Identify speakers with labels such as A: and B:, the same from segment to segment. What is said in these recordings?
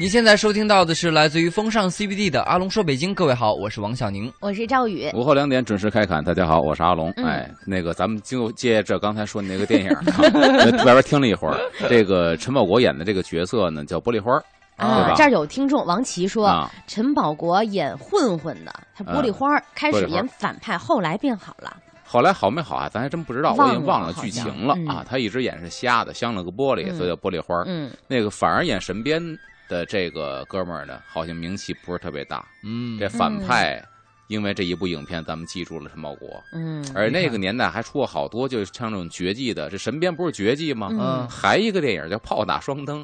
A: 您现在收听到的是来自于风尚 CBD 的阿龙说北京。各位好，我是王小宁。
B: 我是赵宇。
C: 午后两点准时开侃，大家好，我是阿龙。
B: 嗯
C: 哎，那个咱们就借着刚才说你那个电影儿，啊外边听了一 会儿，这个陈宝国演的这个角色呢叫玻璃花儿对
B: 啊
C: 吧，
B: 这儿有听众王琦说，
C: 啊，
B: 陈宝国演混混的，他玻璃花儿、开
C: 嗯玻璃
B: 始
C: 花儿
B: 演反派，后来变好了。
C: 后来好没好啊，咱还真不知道，我
B: 忘
C: 已经忘
B: 了
C: 了
B: 好
C: 剧
B: 像
C: 情了
B: 嗯
C: 啊。他一直演是瞎的，镶了个玻璃，
B: 嗯
C: 所以叫玻璃花儿。
B: 嗯，
C: 那个反而演神鞭的这个哥们儿呢，好像名气不是特别大。
A: 嗯
C: 这反派因为这一部影片，咱们记住了陈宝国。
B: 嗯，
C: 而那个年代还出过好多，就是像这种绝技的，这神鞭不是绝技吗？
B: 嗯
C: 还一个电影叫《炮打双灯》，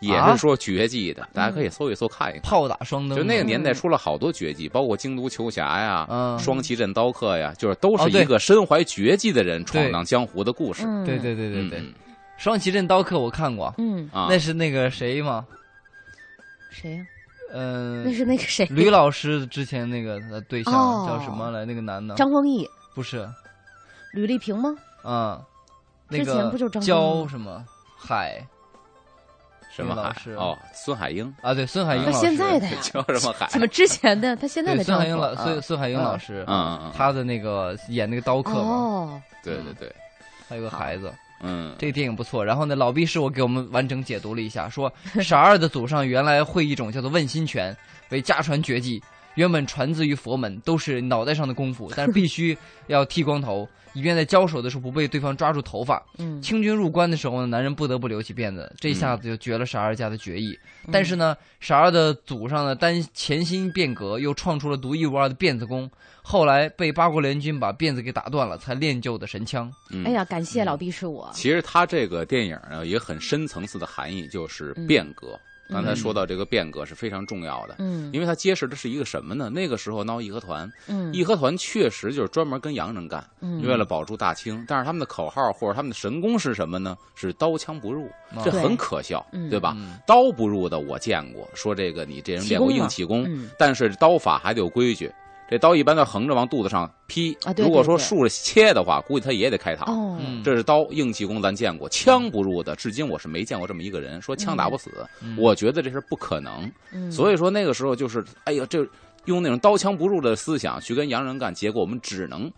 C: 也
A: 啊嗯
C: 是说绝技的，大家可以搜一搜看一看。
A: 炮打双灯，
C: 就那个年代
B: 嗯
C: 出了好多绝技，包括京都球侠呀、
A: 嗯
C: 双旗镇刀客呀，就是都
A: 哦
C: 是
A: 对
C: 一个身怀绝技的人闯荡江湖的故事。
B: 嗯，
A: 对，对对对对，
C: 嗯
A: 双旗镇刀客我看过，
B: 嗯，
C: 啊，
A: 那是那个谁吗？
B: 谁呀、
A: 嗯、
B: 那是那个谁，
A: 吕老师之前那个呃对象
B: 哦
A: 叫什么来？那个男的
B: 张丰毅、
A: 不是，
B: 吕丽萍吗？
A: 嗯，那
B: 之前
A: 个
B: 不就是张丰毅
A: 焦
B: 吗？
A: 什么海
C: 什么
A: 那老
C: 海
A: 师
C: 哦，孙海英
A: 啊？对，孙海英
B: 那
A: 老师，
B: 现在的呀？
C: 叫什么海？
B: 怎么之前的？他现在
A: 对
B: 的
A: 孙
B: 啊哦丈
A: 海英老
B: 夫？
A: 孙孙海英老师，
C: 嗯嗯嗯，
A: 他的那个演那个刀客嘛，
B: 哦，
C: 对对对，
A: 还有个孩子。
C: 嗯，
A: 这个电影不错。然后呢，老毕师我给我们完整解读了一下，说傻二的祖上原来会一种叫做问心拳，为家传绝技，原本传自于佛门，都是脑袋上的功夫，但是必须要剃光头，以便在交手的时候不被对方抓住头发。
B: 嗯，
A: 清军入关的时候呢，男人不得不留起辫子，这下子就绝了傻二家的决议。
B: 嗯
A: 但是呢，傻二的祖上呢，担潜心变革，又创出了独一无二的辫子功。后来被八国联军把辫子给打断了，才练就的神枪。
C: 嗯
B: 哎呀，感谢老毕是我。
C: 其实他这个电影呢，有一个很深层次的含义就是变革。
B: 嗯
C: 刚才说到这个变革是非常重要的，
B: 嗯
C: 因为它揭示的是一个什么呢？那个时候闹义和团，
B: 嗯
C: 义和团确实就是专门跟洋人干，
B: 嗯，
C: 为了保住大清。但是他们的口号或者他们的神功是什么呢？是刀枪不入，
A: 啊
C: 这很可笑，
B: 嗯
C: 对吧
A: 嗯？
C: 刀不入的我见过，说这个你这人练过硬气功，
B: 嗯
C: 但是刀法还得有规矩。这刀一般都横着往肚子上劈，
B: 啊对
C: 如果
B: 对
C: 说
B: 对
C: 竖着切的话，估计他也得开膛。
B: 哦，
A: 嗯
C: 这是刀，硬气功咱见过，枪不入的，至今我是没见过这么一个人说枪打不死，
A: 嗯
C: 我觉得这是不可能。
B: 嗯
C: 所以说那个时候就是，哎呀，这用那种刀枪不入的思想去跟洋人干，结果我们只能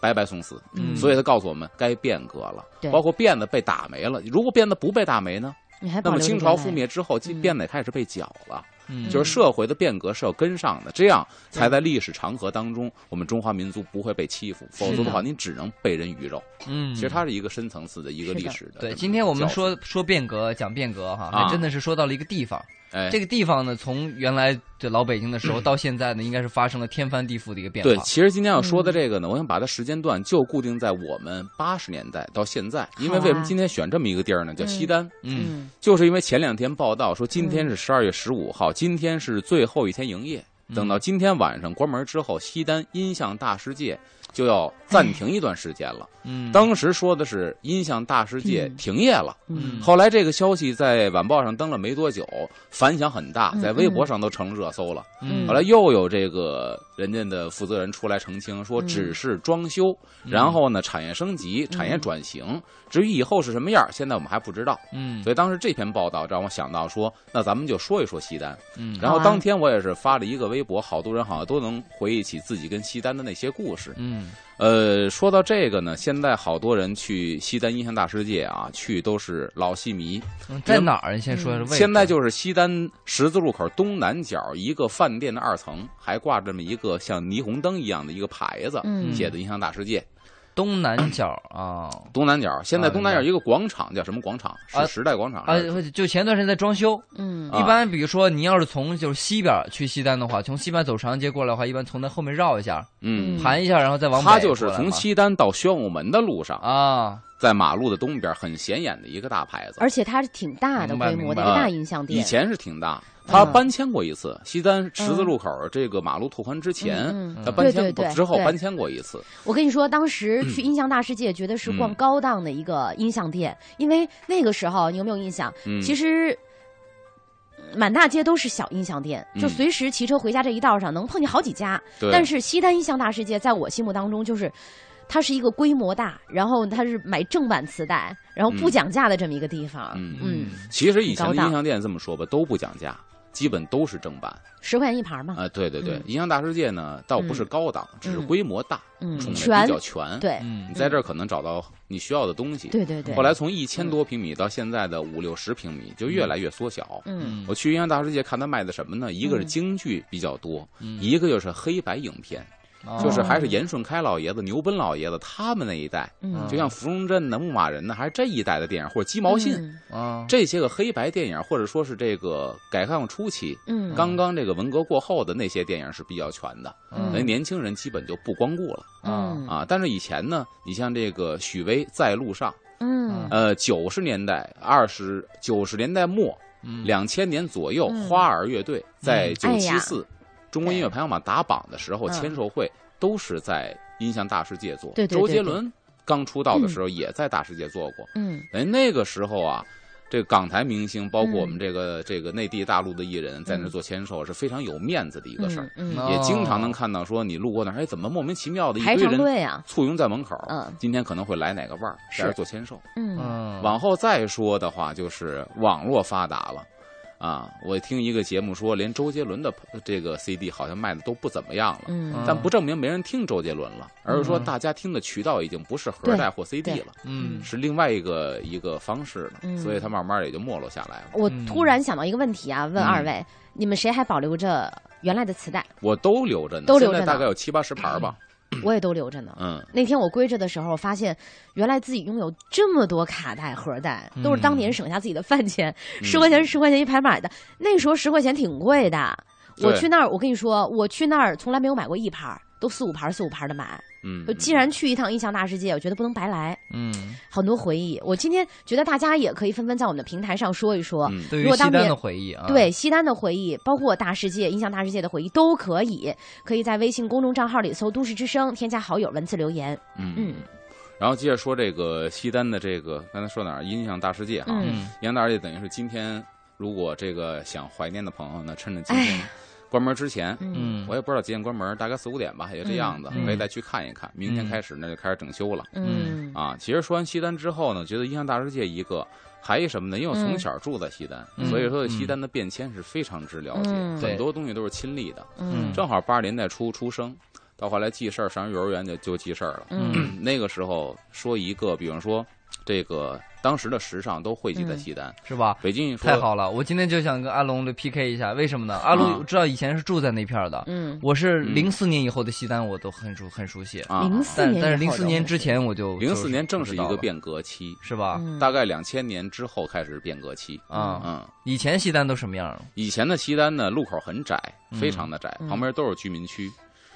C: 白白送死。
A: 嗯
C: 所以他告诉我们该变革了，
B: 对
C: 包括辫子被打没了。如果辫子不被打没呢？
B: 你还
C: 那
B: 保
C: 么
B: 留
C: 清
B: 着
C: 朝
B: 来
C: 覆，灭之后，这
B: 嗯
C: 辫子也开始被绞了，
A: 嗯
C: 就是社会的变革是要跟上的，这样才在历史长河当中，我们中华民族不会被欺负，否则
B: 是的
C: 的话，你只能被人鱼肉。
A: 嗯，
C: 其实它是一个深层次的一个
B: 是
C: 历
B: 的
C: 史的。
A: 对，今天我们，说说变革，讲变革哈，
C: 啊
A: 还真的是说到了一个地方。
C: 哎，
A: 这个地方呢，从原来的老北京的时候到现在呢，应该是发生了天翻地覆的一个变化。
C: 对，其实今天要说的
B: 嗯
C: 这个呢，我想把它时间段就固定在我们八十年代到现在，因为为什么今天选这么一个地儿呢？叫西单，
A: 嗯，
B: 啊嗯
C: 就是因为前两天报道说今天是十二月十五号，今天是最后一天营业。等
A: 嗯
C: 到今天晚上关门之后，西单音像大世界就要暂停一段时间了。
A: 嗯，
C: 当时说的是音像大世界
B: 嗯
C: 停业了，
A: 嗯
C: 后来这个消息在晚报上登了没多久，反响很大，
B: 嗯
C: 在微博上都成热搜了。
A: 嗯
C: 后来又有这个人家的负责人出来澄清，
A: 嗯
C: 说只是装修，然后呢产业升级、产业转型，至于以后是什么样儿，现在我们还不知道。
A: 嗯
C: 所以当时这篇报道让我想到说，那咱们就说一说西单。
A: 嗯
C: 然后
B: 好啊
C: 当天我也是发了一个微博，好多人好像都能回忆起自己跟西单的那些故事。
A: 嗯
C: 呃，说到这个呢，现在好多人去西单音像大世界啊，去都是老戏迷，
A: 嗯，在哪儿？你先说一下位置。
C: 现在就是西单十字路口东南角一个饭店的二层，还挂着这么一个像霓虹灯一样的一个牌子，
B: 嗯
C: 写的“音像大世界
A: 东南角啊”。
C: 东南角，现在
A: 啊
C: 东南角一个广场叫什么广场？
A: 啊
C: 是时代广场
A: 啊
C: 还是？，
A: 就前段时间在装修。
B: 嗯
C: 嗯啊
A: 一般比如说，您要是从就是西边去西单的话，从西边走长安街过来的话，一般从那后面绕一下，
C: 嗯，
A: 盘一下，然后再往北过来
C: 它
A: 嘛。
C: 就是从西单到宣武门的路上，
A: 啊，
C: 在马路的东边很显眼的一个大牌子。
B: 而且它是挺大的
A: 明白
B: 规模的
A: 明
B: 一
C: 白
B: 个大音像店，
C: 以前是挺大，它
B: 嗯
C: 搬迁过一次。西单十字路口这个马路拓宽之前，
B: 嗯嗯
C: 它搬
B: 对
C: 迁
B: 对
C: 过
B: 对
C: 之后
B: 对
C: 搬迁过一次。
B: 我跟你说，当 时去音像大世界，觉得是
C: 嗯
B: 逛高档的一个音像店，因为那个时候你有没有印象？
C: 嗯
B: 其实。满大街都是小音像店，
C: 嗯
B: 就随时骑车回家这一道上能碰见好几家。
C: 对，
B: 但是西单音像大世界在我心目当中就是，它是一个规模大，然后它是买正版磁带，然后不讲价的这么一个地方。
C: 嗯
B: 嗯，
C: 其实以前的
B: 高档
C: 音像店这么说吧，都不讲价，基本都是正版
B: 十块钱一盘
C: 啊、
B: 嘛。
C: 对对对
B: 嗯，
C: 音像大世界呢，倒不是高档，只是规模大，
B: 嗯，
C: 种类
B: 全
C: 比较全。，
B: 对
A: 嗯
C: 你在这儿可能找到你需要的东西。
B: 对对对嗯
C: 后。来从一千多平米到现在的五六十平米，就越来越缩小。
B: 嗯
C: 我去音像大世界看他卖的什么呢？一个是京剧比较多，
A: 嗯
C: 一个就是黑白影片，就是
A: 啊
B: 哦
C: 还是严顺开老爷子、牛奔老爷子他们那一代，
B: 嗯，
C: 就像芙蓉镇的、牧马人的，还是这一代的电影，或者鸡毛信、
B: 嗯
A: 啊，
C: 这些个黑白电影，或者说是这个改革开放初期。
B: 嗯，
C: 刚刚这个文革过后的那些电影是比较全的，
B: 嗯
A: 哎
C: 等于年轻人基本就不光顾了
A: 啊
B: 嗯
C: 啊。但是以前呢，你像这个许巍在路上，
B: 嗯
C: 呃，九十年代、二十九十年代末、
A: 嗯
C: 两千年左右，
B: 嗯哎
C: 花儿乐队在
A: 嗯
C: 九七四中国音乐
B: 对
C: 排行榜打榜的时候，
B: 嗯
C: 签售会都是在音像大世界做。
B: 对对对
C: 周杰伦刚出道的时候也在大世界做过。
B: 嗯
C: 哎，那个时候啊，这个港台明星，包括
B: 嗯
C: 我们这个、这个内地大陆的艺人，在那做签售是非常有面子的一个事儿，
B: 嗯，
A: 嗯
B: 嗯
C: 也经常能看到说你路过那儿，哎，怎么莫名其妙的一
B: 排
C: 堆
B: 长
C: 人
B: 队啊，
C: 簇拥在门口？
B: 嗯
C: 今天可能会来哪个腕儿，在这儿
B: 是
C: 做签售。
B: 嗯
A: 嗯
C: 往后再说的话，就是网络发达了。啊，我听一个节目说，连周杰伦的这个 CD 好像卖的都不怎么样了，
B: 嗯，
C: 但不证明没人听周杰伦了，而是说大家听的渠道已经不是盒带或 CD 了，
A: 嗯
C: 是另外一个一个方式了，
B: 嗯
C: 所以它慢慢也就没落下来了。
B: 我突然想到一个问题啊，问
C: 嗯
B: 二位，你们谁还保留着原来的磁带？
C: 我都留着呢，
B: 都留着呢
C: 现在大概有七八十盘儿吧。
B: 我也都留着呢。
C: 嗯，
B: 那天我归置的时候，发现原来自己拥有这么多卡带盒带，
A: 嗯
B: 都是当年省下自己的饭钱，
C: 嗯
B: 十、块钱十块钱一排买的。那时候十块钱挺贵的，我
C: 对
B: 去那儿，我跟你说，我去那儿从来没有买过一盘儿，都四五盘儿四五盘的买。
C: 嗯，
B: 就既然去一趟印象大世界，我觉得不能白来，
A: 嗯，
B: 很多回忆。我今天觉得大家也可以纷纷在我们的平台上说一说，
C: 嗯
A: 对于
B: 如果
A: 西
B: 当
A: 单
B: 年
A: 的回忆啊，
B: 对西单的回忆，包括大世界、印象大世界的回忆都可以，可以在微信公众账号里搜“都市之声”，添加好友，文字留言。
C: 嗯
B: 嗯
C: 嗯，然后接着说这个西单的这个刚才说哪儿音像大世界哈，
A: 嗯
B: 嗯
C: 音像大世界等于是今天如果这个想怀念的朋友呢，趁着今天关门之前。
B: 哎嗯
A: 嗯，
C: 我也不知道几点关门，大概四五点吧，也这样子，
A: 嗯
C: 可以再去看一看。明天开始呢，就开始整修了
B: 嗯
C: 啊。其实说完西单之后呢，觉得印象大世界一个，还一什么呢？因为我
B: 嗯
C: 从小住在西单，
A: 嗯
C: 所以说
A: 嗯
C: 对西单的变迁是非常之了解，
B: 嗯
A: 对
C: 很多东西都是亲历的。
B: 嗯
C: 正好八十年代初出生，到后来记事儿，上幼儿园就就记事儿了。
B: 嗯
C: 那个时候说一个，比方说这个当时的时尚都汇
B: 嗯
C: 集在西单，
A: 是吧？
C: 北京一说
A: 太好了，我今天就想跟阿龙的 PK 一下，为什么呢？阿龙知道以前是住在那片儿的，
B: 嗯，
A: 我是
C: 嗯
A: 零四年以后的西单，我都很熟很熟悉。
C: 啊，
B: 零四
A: 但
B: 年
A: 但是
B: 以
A: 零
B: 后
A: 四
B: 的
A: 年
B: 我
A: 之前我就
C: 零
A: 就
C: 四年正
A: 不
C: 是
A: 知
C: 一
A: 道
C: 个
A: 了
C: 变革期，
A: 是吧？
B: 嗯
C: 大概两千年之后开始变革期。
A: 啊，
C: 嗯，
A: 以前西单都什么样儿？
C: 以前的西单呢，路口很窄，
A: 嗯
C: 非常的窄，
B: 嗯
C: 旁边都是居民区。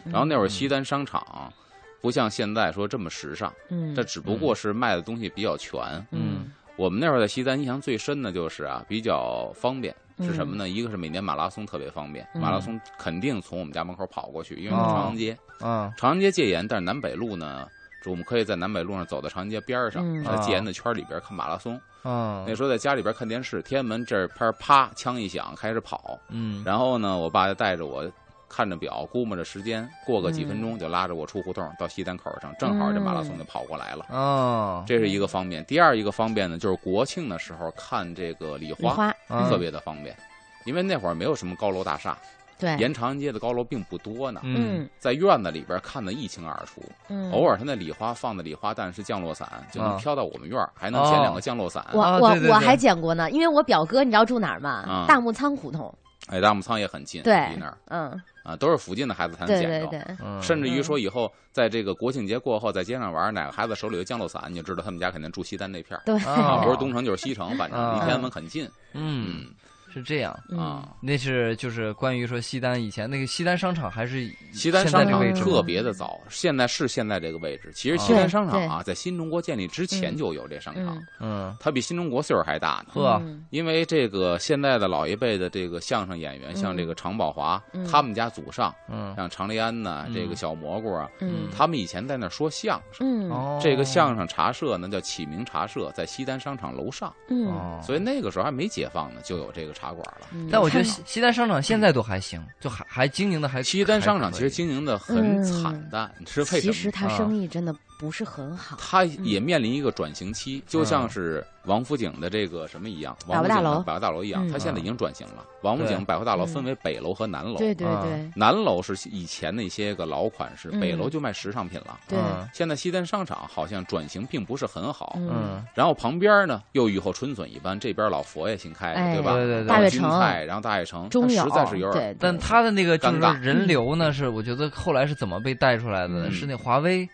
C: 然后那会儿西单商场不像现在说这么时尚，
B: 嗯
C: 这只不过是卖的东西比较全。
B: 嗯
C: 我们那会儿在西单印象最深的就是啊，比较方便。是什么
B: 呢？
C: 呢？一个是每年马拉松特别方便，
B: 嗯
C: 马拉松肯定从我们家门口跑过去，因为是
A: 哦
C: 长安街，
A: 啊，
C: 长安街戒严，但是南北路呢，就我们可以在南北路上走到长安街边儿上，
B: 嗯哦
C: 在戒严的圈儿里边看马拉松。
A: 啊，
C: 那时候在家里边看电视，天安门这边啪枪一响开始跑，
A: 嗯，
C: 然后呢，我爸就带着我看着表，估摸着时间，过个几分
B: 嗯
C: 钟就拉着我出胡同到西单口上，正好这马拉松就跑过来了。
A: 啊，
C: 这是一个方便，第二一个方便呢，就是国庆的时候看这个礼
B: 礼
C: 花，
B: 花嗯
A: 啊
C: 特别的方便，因为那会儿没有什么高楼大厦，
B: 对，
C: 沿长安街的高楼并不多呢，
A: 嗯
C: 在院子里边看得一清二楚。
B: 嗯，
C: 偶尔它那礼花放的礼花弹是降落伞，就能
A: 啊
C: 飘到我们院儿，还能捡
B: 哦
C: 两个降落伞。
B: 我
A: 啊
B: 我
A: 对对
B: 我
A: 对
B: 还捡过呢，因为我表哥你知道住哪儿吗
C: 啊？
B: 大木仓胡同，
C: 哎，大木仓也很近，
B: 对
C: 离那儿
B: 嗯，
C: 啊，都是附近的孩子才能
B: 对
C: 捡着。
B: 对对，
A: 嗯，
C: 甚至于说以后在这个国庆节过后，在街上玩，哪个孩子手里有降落伞，你就知道他们家肯定住西单那片儿，
B: 对，
A: 啊
C: 不是东城就是西城，反正
A: 啊
C: 离天安门很近。
A: 嗯
C: 嗯
A: 是这样。
B: 嗯
C: 啊，
A: 那是就是关于说西单以前那个西单商场还是
C: 西单
A: 现在
C: 商
A: 这
C: 场
A: 位置吗
C: 特别的早，现在是现在这个位置。其实西单商场啊，在新中国建立之前就有这商场
B: 嗯，
A: 嗯
C: 它比新中国岁数还大呢。
A: 呵
B: 嗯
C: 因为这个现在的老一辈的这个相声演员，像这个常宝华
B: 嗯，
C: 他们家祖上，
A: 嗯
C: 像常立安呐，
A: 嗯
C: 这个小蘑菇啊，
B: 嗯
C: 他们以前在那儿说相声。
B: 嗯
A: 哦
C: 这个相声茶社呢叫启明茶社，在西单商场楼上，
B: 嗯，
A: 哦，
C: 所以那个时候还没解放呢，就有这个茶馆了。
B: 嗯
A: 但我觉得
B: 看
A: 西西单商场现在都还行，就还还经营的还
C: 西单商场
A: 还
C: 其
A: 可以
C: 实经营的很惨淡，是为
B: 嗯其
C: 什
B: 实嗯
C: 么？
B: 他
A: 啊
B: 生意真的不是很好。
C: 它也面临一个转型期，就
A: 嗯
C: 像是王府井的这个什么一样，王
B: 百货
C: 府
B: 大
C: 井
B: 楼
C: 的百货大楼一样，
B: 嗯
C: 它现在已经转型了。王府
A: 对
C: 井百货大楼分
B: 嗯
C: 为北楼和南楼，
B: 对对
A: 啊
B: 对
C: 南楼是以前的一些个老款式，北
B: 嗯
C: 楼就卖时尚品了。
B: 对，
A: 嗯
C: 现在西单商场好像转型并不是很好，
B: 嗯，
A: 嗯，
C: 然后旁边呢又雨后春笋一般，这边老佛爷新开的，
B: 哎
C: 对吧？
A: 对对对
C: 然后
B: 大悦
C: 金
B: 城
C: 泰然后大悦城，
B: 中
C: 它
B: 友
C: 实在是有点
B: 对，
A: 但
B: 对
A: 他的那个就是
C: 尴
A: 说
C: 尬
A: 人流呢，是我觉得后来是怎么被带出来的呢？
B: 嗯
A: 是那华为，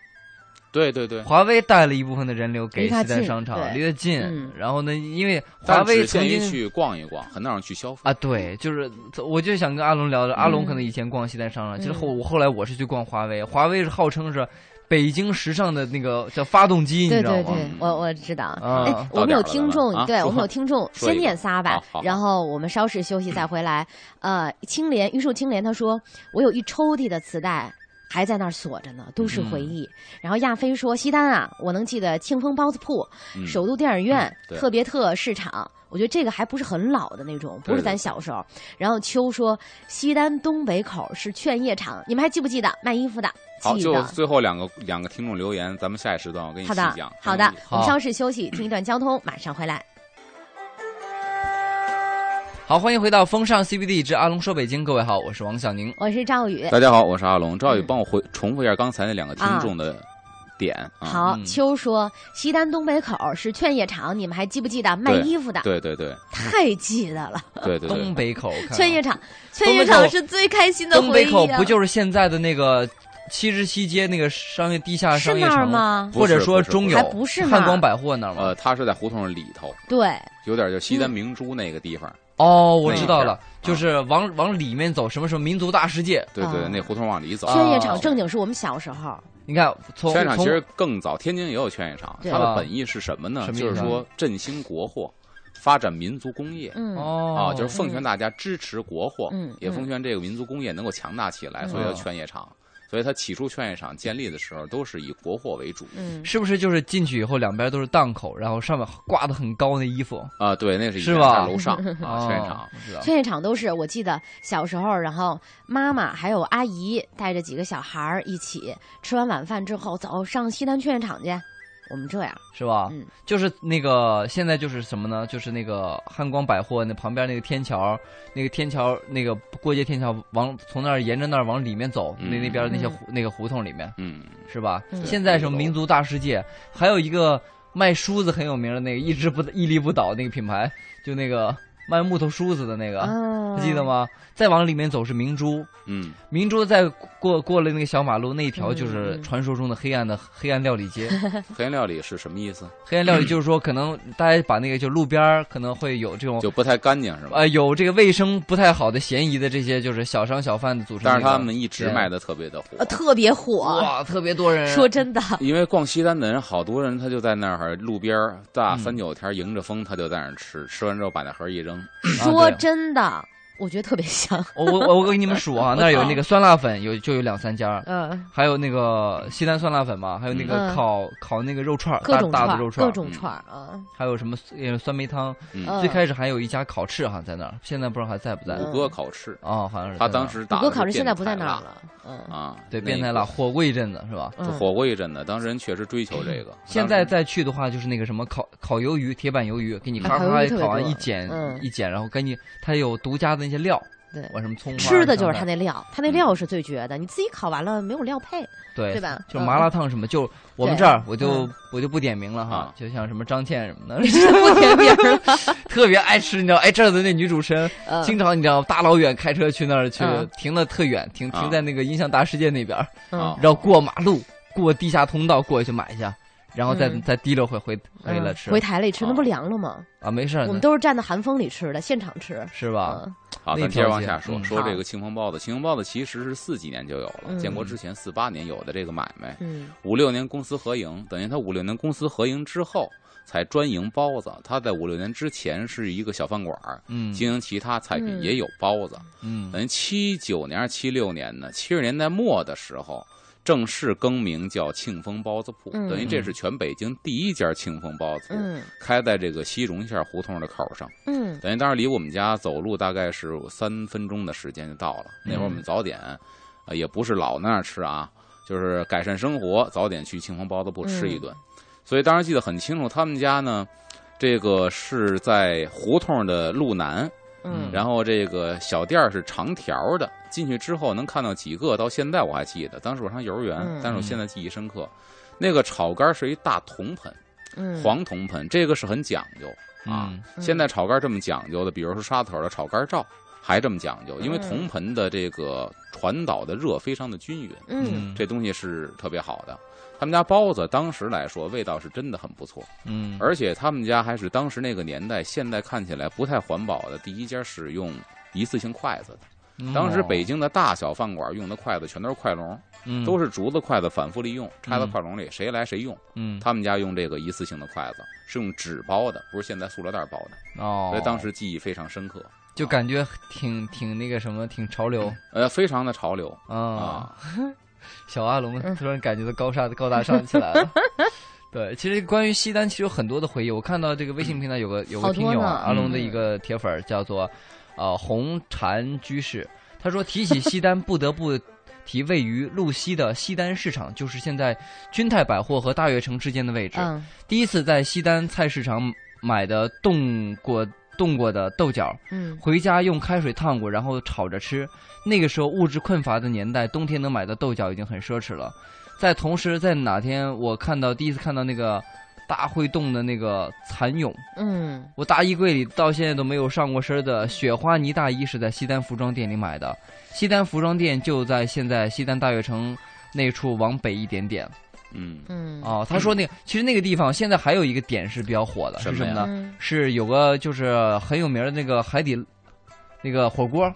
C: 对对对，
A: 华为带了一部分的人流给
B: 离它
A: 西单
B: 近
A: 商场，
B: 对
A: 离得近。
B: 嗯
A: 然后呢，因为华
C: 但
A: 为
C: 只
A: 曾
C: 限于
A: 经
C: 去逛一逛，很少人去消费。
A: 啊，对，就是我就想跟阿龙聊聊，阿龙可能
B: 嗯
A: 以前逛西单商场，其实后我后来我是去逛华为，华为是号称是北京时尚的那个叫发动机，你
B: 对
A: 知道
B: 对
A: 吗？
B: 对，我我知道。
A: 啊
B: 哎，
C: 啊到
B: 我们有
C: 点儿了
B: 听
C: 咱们
B: 众，
C: 啊
B: 对
C: 说
B: 我们有听众，
C: 说一
B: 先
C: 个
B: 念仨吧
C: 好好，好
B: 然后我们稍事休息再回来。呃，青莲玉树青莲他说，我有一抽屉的磁带。还在那儿锁着呢，都是回
C: 嗯
B: 忆。然后亚飞说：“西单啊，我能记得庆丰包子铺、
C: 嗯
B: 首都电影院、
C: 嗯对
B: 特别特市场，我觉得这个还不是很老的那种，不
C: 对
B: 是
C: 对
B: 咱
C: 对
B: 小时候。然后秋说：“西单东北口是劝业场，你们还记不记得卖衣服的？
C: 好，
B: 记得。
C: 就最后两个两个听众留言，咱们下一时段我跟你
B: 好
C: 细
B: 的
C: 讲。，嗯
B: 好的，我们
A: 好
B: 稍事休息，听一段交通，马上回来。
A: 好，欢迎回到风尚 CBD 之阿龙说北京，各位好，我是王小宁。
B: 我是赵宇。
C: 大家好，我是阿龙。赵宇，
B: 嗯
C: 帮我回重复一下刚才那两个听众的点啊。
B: 好，
A: 嗯
B: 秋说西单东北口是劝业场，你们还记不记得卖衣服的？
C: 对对对
B: 太记得了，
C: 对对
A: 东
B: 嗯
C: 对，
A: 北口，看
B: 劝
A: 啊
B: 业场，劝业场是最开心的
A: 东
B: 回
A: 北
B: 忆、
A: 口
B: 啊。
A: 不就是现在的那个七十七街那个商业地下
B: 是
A: 商业
B: 那儿
A: 城？
B: 吗？
A: 或者说
C: 不是不是
A: 中友
B: 还不是呢
A: 汉光百货那儿吗？
C: 呃，它是在胡同里头，
B: 对，
C: 有点就西
B: 嗯
C: 单明珠那个地方。
A: 哦，我
C: 那
A: 知
C: 一
A: 道
C: 片
A: 了，就是往往里面走，什么什么民族大世界。
C: 对对，
B: 啊
C: 对那胡同往里走。
A: 啊
B: 劝业场正经是我们小时候，
A: 你看，从
C: 劝业场
A: 从
C: 其实更早，天津也有劝业场。
B: 对啊
C: 它的本意是什么呢
A: 什？么意思
C: 就
A: 啊
C: 是说振兴国货，发展民族工业。
B: 嗯，
A: 哦
C: 啊，就是奉劝大家支持国货，
B: 嗯
C: 也奉劝这个民族工业能够强大起来，
B: 嗯
C: 所以叫劝业场。所以它起初劝业场建立的时候，都是以国货为主。
B: 嗯，
A: 是不是就是进去以后两边都是档口，然后上面挂的很高那衣服
C: 啊，对，那是以
A: 是
C: 前
A: 吧
C: 在 楼上啊，
A: 哦
C: 劝业场。
A: 我知道
B: 劝业场都是我记得小时候，然后妈妈还有阿姨带着几个小孩儿一起吃完晚饭之后，走上西单劝业场去，我们这样。
A: 是吧？
B: 嗯
A: 就是那个现在就是什么呢？就是那个汉光百货那旁边那个天桥，那个天桥那个过街天桥往从那儿沿着那儿往里面走，那
C: 嗯
A: 那边那些胡那个胡同里面
C: 嗯，
A: 是吧？
B: 嗯
A: 现在什么民族大世界，还有一个卖梳子很有名的那个一直不屹立不倒那个品牌，就那个卖木头梳子的那个，
B: 啊
A: 还记得？吗？再往里面走是明珠，
C: 嗯，
A: 明珠再过过了那个小马路那一条就
B: 嗯
A: 是
B: 嗯
A: 传说中的黑暗的黑暗料理 街。
C: 黑暗料理是什么意思？
A: 黑暗料理就是说，可能大家把那个就路边儿可能会有这种
C: 就不太干净是吧？
A: 呃有这个卫生不太好的嫌疑的这些就是小商小贩组成
C: 但
A: 那个、
C: 是他们一直
A: 对
C: 卖的特别的火
B: 呃，，特别火。
A: 哇啊特别多人
B: 说真的，
C: 因为逛西单的人好多人，他就在那儿路边儿大
A: 嗯
C: 三九天迎着风，他就在那儿吃，吃完之后把那盒一扔，
B: 说
A: 啊对
B: 真的，我觉得特别香。
A: 我我我给你们数 啊，那儿有那个酸辣粉有就有两三家儿，
B: 嗯，
A: 还有那个西单酸辣粉嘛，还有那个
B: 嗯
A: 烤、烤那个肉串儿，
B: 各
A: 大
B: 种
A: 大
B: 串
A: 的
B: 儿，
A: 肉串
B: 各
A: 儿，
B: 种串儿啊。
A: 还有什么呃酸梅汤。
C: 嗯
B: 嗯
A: 最开始还有一家烤翅哈在那儿，现在不知道还在不在。
B: 嗯
C: 五哥烤翅，
A: 哦，好像是在那
C: 他
A: 儿
C: 当时打
B: 五
C: 的
B: 哥
C: 是
B: 考试现在
C: 变
B: 不在那
C: 态
B: 儿
C: 辣
B: 了，嗯
C: 啊，
A: 对
C: 那
A: 变态
C: 个
A: 辣火过一阵子是吧？
C: 就
B: 嗯，
C: 火过一阵子，当时人确实追求这个。
A: 现在
C: 当时
A: 再去的话，就是那个什么烤烤鱿鱼、铁板鱿鱼，给你
B: 啊
A: 咔
B: 烤
A: 咔
B: 鱿鱼特别
A: 烤完
B: 多
A: 一剪
B: 嗯
A: 一剪，然后赶紧它有独家的那些料，
B: 对。
A: 我什么葱花
B: 吃的就是
A: 香
B: 他
A: 菜
B: 那料，他那料是最绝的。你自己烤完了没有料配，
A: 嗯对
B: 对吧嗯
A: 就是 麻辣烫什么，就我们
B: 对
A: 这儿我就
B: 嗯
A: 我就不点名了哈
C: 啊，
A: 就像什么张倩什么的，
B: 不甜饼了。
A: 特别爱吃，你知道？哎，这儿的那女主持人
B: 嗯
A: 经常你知道大老远开车去那儿去
B: 嗯，
A: 停的特远，停
C: 啊
A: 停在那个音像大世界那边儿，
B: 嗯
C: 啊
A: 然后过马路过地下通道过去买一下，然后再
B: 嗯
A: 再提溜回回回来吃
B: 回台里吃，
C: 啊
B: 那不凉了吗？
A: 啊，没事儿，
B: 我们
A: 那
B: 都是站在寒风里吃的，现场吃。
A: 是吧？
B: 嗯
C: 好，
A: 那
C: 啊咱接着
A: 条
C: 往
A: 街
C: 下说，
A: 嗯
C: 说这
B: 好
C: 个庆丰包子。庆丰包子其实是四几年就有了，
B: 嗯
C: 建国之前四八年有的这个买卖，
B: 嗯
C: 五六年公私合营，等于他五六年公私合营之后才专营包子。他在五六年之前是一个小饭馆儿，
A: 嗯
C: 经营其他菜品
B: 嗯
C: 也有包子。
A: 嗯
C: 等于七九年、七六年呢，七十年代末的时候。正式更名叫庆丰包子铺，
B: 嗯
C: 等于这是全北京第一家庆丰包子铺，
B: 嗯
C: 开在这个西荣县胡同的口上。
B: 嗯
C: 等于当时离我们家走路大概
B: 嗯
C: 是三分钟的时间就到了。那会儿我们早点，呃也不是老那儿吃啊，就是改善生活，早点去清风包子铺吃
B: 嗯
C: 一顿。所以当时记得很清楚，他们家呢，这个是在胡同的路南，
B: 嗯
C: 然后这个小店儿是长条的，进去之后能看到几个，到现在我还记得，当时我上幼儿园，
B: 嗯
C: 但是我现在记忆深刻。那个炒肝儿是一大铜盆，
B: 嗯，
C: 黄铜盆，这个是很讲究啊。
A: 嗯
C: 现在炒肝儿这么讲究的，比如说沙头的炒肝儿罩还这么讲究，因为
B: 嗯
C: 铜盆的这个传导的热非常的均匀，
B: 嗯
C: 这东西是特别好的。他们家包子当时来说味道是真的很不错，
A: 嗯，
C: 而且他们家还是当时那个年代，现在看起来不太环保的第一家使用一次性筷子的。
A: 嗯
C: 当
A: 哦
C: 时北京的大小饭馆用的筷子全都是筷笼，都
A: 是
C: 是竹子筷子反复利用，插到筷笼里，谁来谁用。
A: 嗯
C: 他们家用这个一次性的筷子是用纸包的，不是现在塑料袋包的，
A: 哦，
C: 所以当时记忆非常深刻，
A: 就感觉挺挺那个什么，挺潮 流
C: 呃，非常的潮流
A: 啊。
C: 啊。
A: 小阿龙
B: 嗯
A: 突然感觉到高尚高大上起来 了。对，其实关于西单，其实有很多的回忆。我看到这个微信平台有个有个
B: 好多
A: 听友
B: 呢
A: 啊，阿龙的
B: 嗯
A: 一个铁粉儿叫做呃红蝉居士，他说提起西单不得不。提位于路西的西单市场，就是现在君泰百货和大悦城之间的位置。
B: 嗯
A: 第一次在西单菜市场买的冻过冻过的豆角，
B: 嗯
A: 回家用开水烫过，然后炒着吃。那个时候物质匮乏的年代，冬天能买到豆角已经很奢侈了。在同时，在哪天我看到第一次看到那个大会洞的那个蚕蛹，
B: 嗯
A: 我大衣柜里到现在都没有上过身的雪花呢大衣是在西单服装店里买的。西单服装店就在现在西单大悦城那处往北一点点。
C: 嗯，
B: 嗯
A: 哦，他说那个其实那个地方现在还有一个点是比较火的，是
C: 什
A: 什
C: 么
A: 么
C: 呀
A: 呢？
B: 嗯
A: 是有个就是很有名的那个海底那个火锅，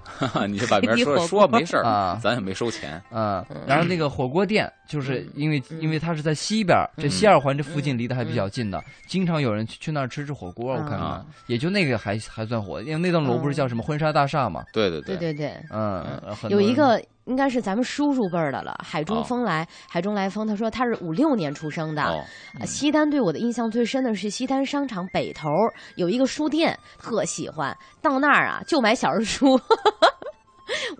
C: 你就把名儿
B: 一
C: 说
B: 火锅
C: 说没事 儿
A: 啊，
C: 咱也没收钱。
A: 嗯，然后那个火锅店，就是因为、因为它是在西边儿，这西二环这附近离得还比较近的，经常有人去去那儿吃吃火锅，我看看，
C: 啊
A: 也就那个还还算火，因为那栋楼不是叫什么婚纱大厦嘛，
C: 对对
B: 对对对，
A: 嗯，很多
B: 有
A: 人
B: 一个应该是咱们叔叔辈儿的了，海
C: 哦
B: 中风来，海中来风，他说他是五六年出生的。
A: 啊
C: 哦，
A: 嗯
B: 呃西单对我的印象最深的是西单商场北头儿有一个书店，特喜欢，到那儿啊就买小人书。